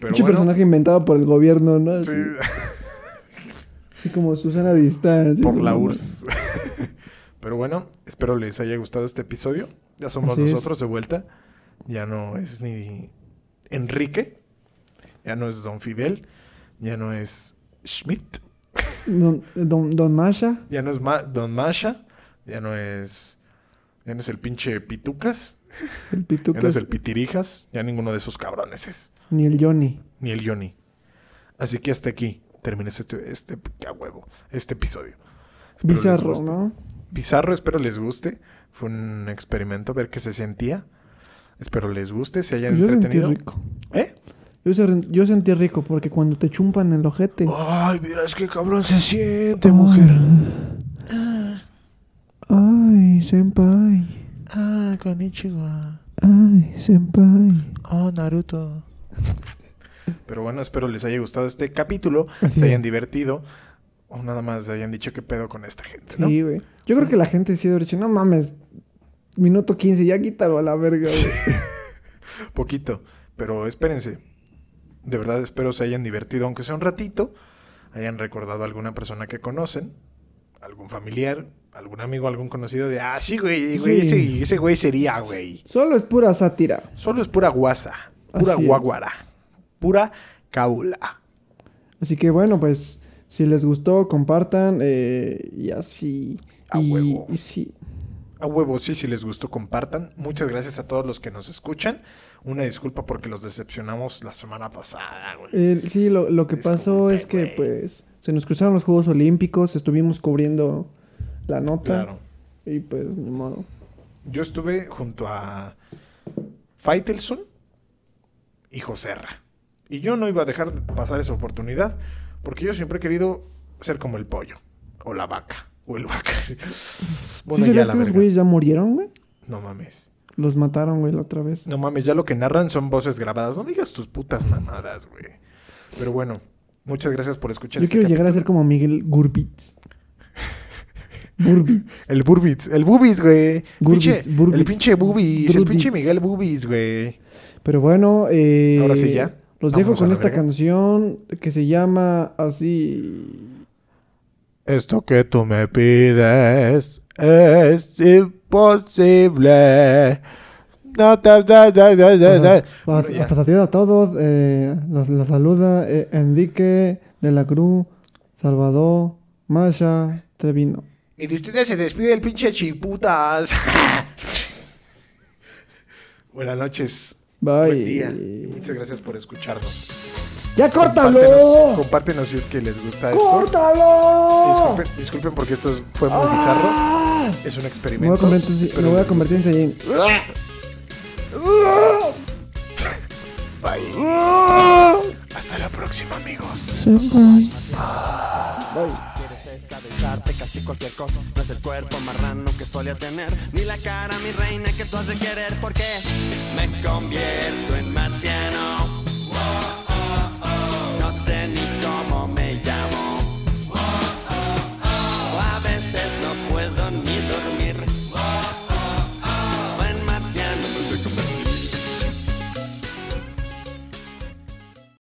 Pinche
bueno,
personaje inventado por el gobierno, ¿no? Así,
sí,
así como Susana Distancia.
por
esa
la
mamá.
URSS. Pero bueno, espero les haya gustado este episodio. Ya somos
Así es.
nosotros de vuelta. Ya no es ni Enrique. Ya no es Don Fidel. Ya no es Schmidt.
Don, don, don Masha.
Ya no es Ma- Don Masha. Ya no es. Ya no es el pinche Pitucas. Ya
El
no
pitucas.
es el Pitirijas. Ya ninguno de esos cabrones es.
Ni el Johnny.
ni el Johnny. Así que hasta aquí termines este, este, a huevo, este episodio. Espero les
Bizarro,
guste.
¿no?
Bizarro, espero les guste. Fue un experimento, ver qué se sentía. Espero les guste, se hayan
Pues Yo sentí
entretenido.
rico.
¿Eh?
Yo, ser- yo sentí rico porque cuando te chumpan el ojete.
Ay, miras qué cabrón se siente, mujer. Ah.
Ay, senpai.
Ah, con Ichigo.
Ay, senpai.
Oh, Naruto.
Pero bueno, espero les haya gustado este capítulo,
Así
se
es.
hayan divertido. O nada más hayan dicho qué pedo con esta gente, ¿no?
Sí, güey. Yo creo que la gente sí debe haber dicho, no mames. Minuto 15, ya quítalo a la verga, güey.
poquito, pero espérense. De verdad espero se hayan divertido, aunque sea un ratito.
hayan recordado a alguna persona que conocen, algún familiar, algún amigo, algún conocido de, ah, sí, güey, güey,
Sí.
ese- ese güey sería, güey.
Solo es pura sátira.
Solo es pura guasa, pura
Así es.
guaguara, pura cabula.
Así que bueno, pues si les gustó, compartan eh, y así.
A
y,
huevo.
y sí.
A huevo, sí, si les gustó, compartan. Muchas gracias a todos los que nos escuchan. Una disculpa porque los decepcionamos la semana pasada, güey.
El- sí, lo, lo que pasó
Disculpe,
es que
güey.
pues se nos cruzaron los Juegos Olímpicos, estuvimos cubriendo la nota
Claro.
y pues ni modo.
Yo estuve junto a Faitelson y Joserra. Y yo no iba a dejar pasar esa oportunidad porque yo siempre he querido ser como el pollo o la vaca o el vaca. bueno,
¿Sí
ya
sabías
la
que los
verga.
güeyes ya murieron, güey?
No mames.
Los mataron, güey, la otra vez.
No mames, ya lo que narran son voces grabadas. No digas tus putas mamadas, güey. Pero bueno, muchas gracias por escuchar.
Yo
este
quiero llegar a ser como Miguel Gurbitz. Gurbitz.
El Burbits, el Bubis, güey.
Gurbitz,
Pinche-
Burbits.
el pinche Bubis, el
Gurbits.
pinche Miguel Bubis, güey.
Pero bueno, eh,
Ahora sí, ya.
Los
Vámonos
dejo
a
con
la
esta
verga.
canción que se llama así.
Esto que tú me pides es imposible. No te- te- te- te- te- te-
Bueno,
pues,
ya.
a partir de todos, eh, los, los saluda eh, Enrique de la Cruz, Salvador, Masha, Trevino.
Y de ustedes se despide el pinche chiputas. Buenas noches.
Bye.
Buen día. Y muchas gracias por escucharnos.
¡Ya
Compártenos,
córtalo!
compártenos si es que les gusta esto.
Oh. ¡Córtalo!
Disculpen, disculpen porque esto es- fue muy bizarro.
Ah,
Es un
Me voy a
experimento.
convertir,
Espero
me voy
les
a
guste.
convertir en Saiyajin.
Bye. Hasta la próxima, amigos.
Quieres escabecharte casi cualquier cosa. No es el cuerpo marrano que solía tener, ni la cara, mi reina, que tú has de querer. Porque me convierto en marciano. Wow.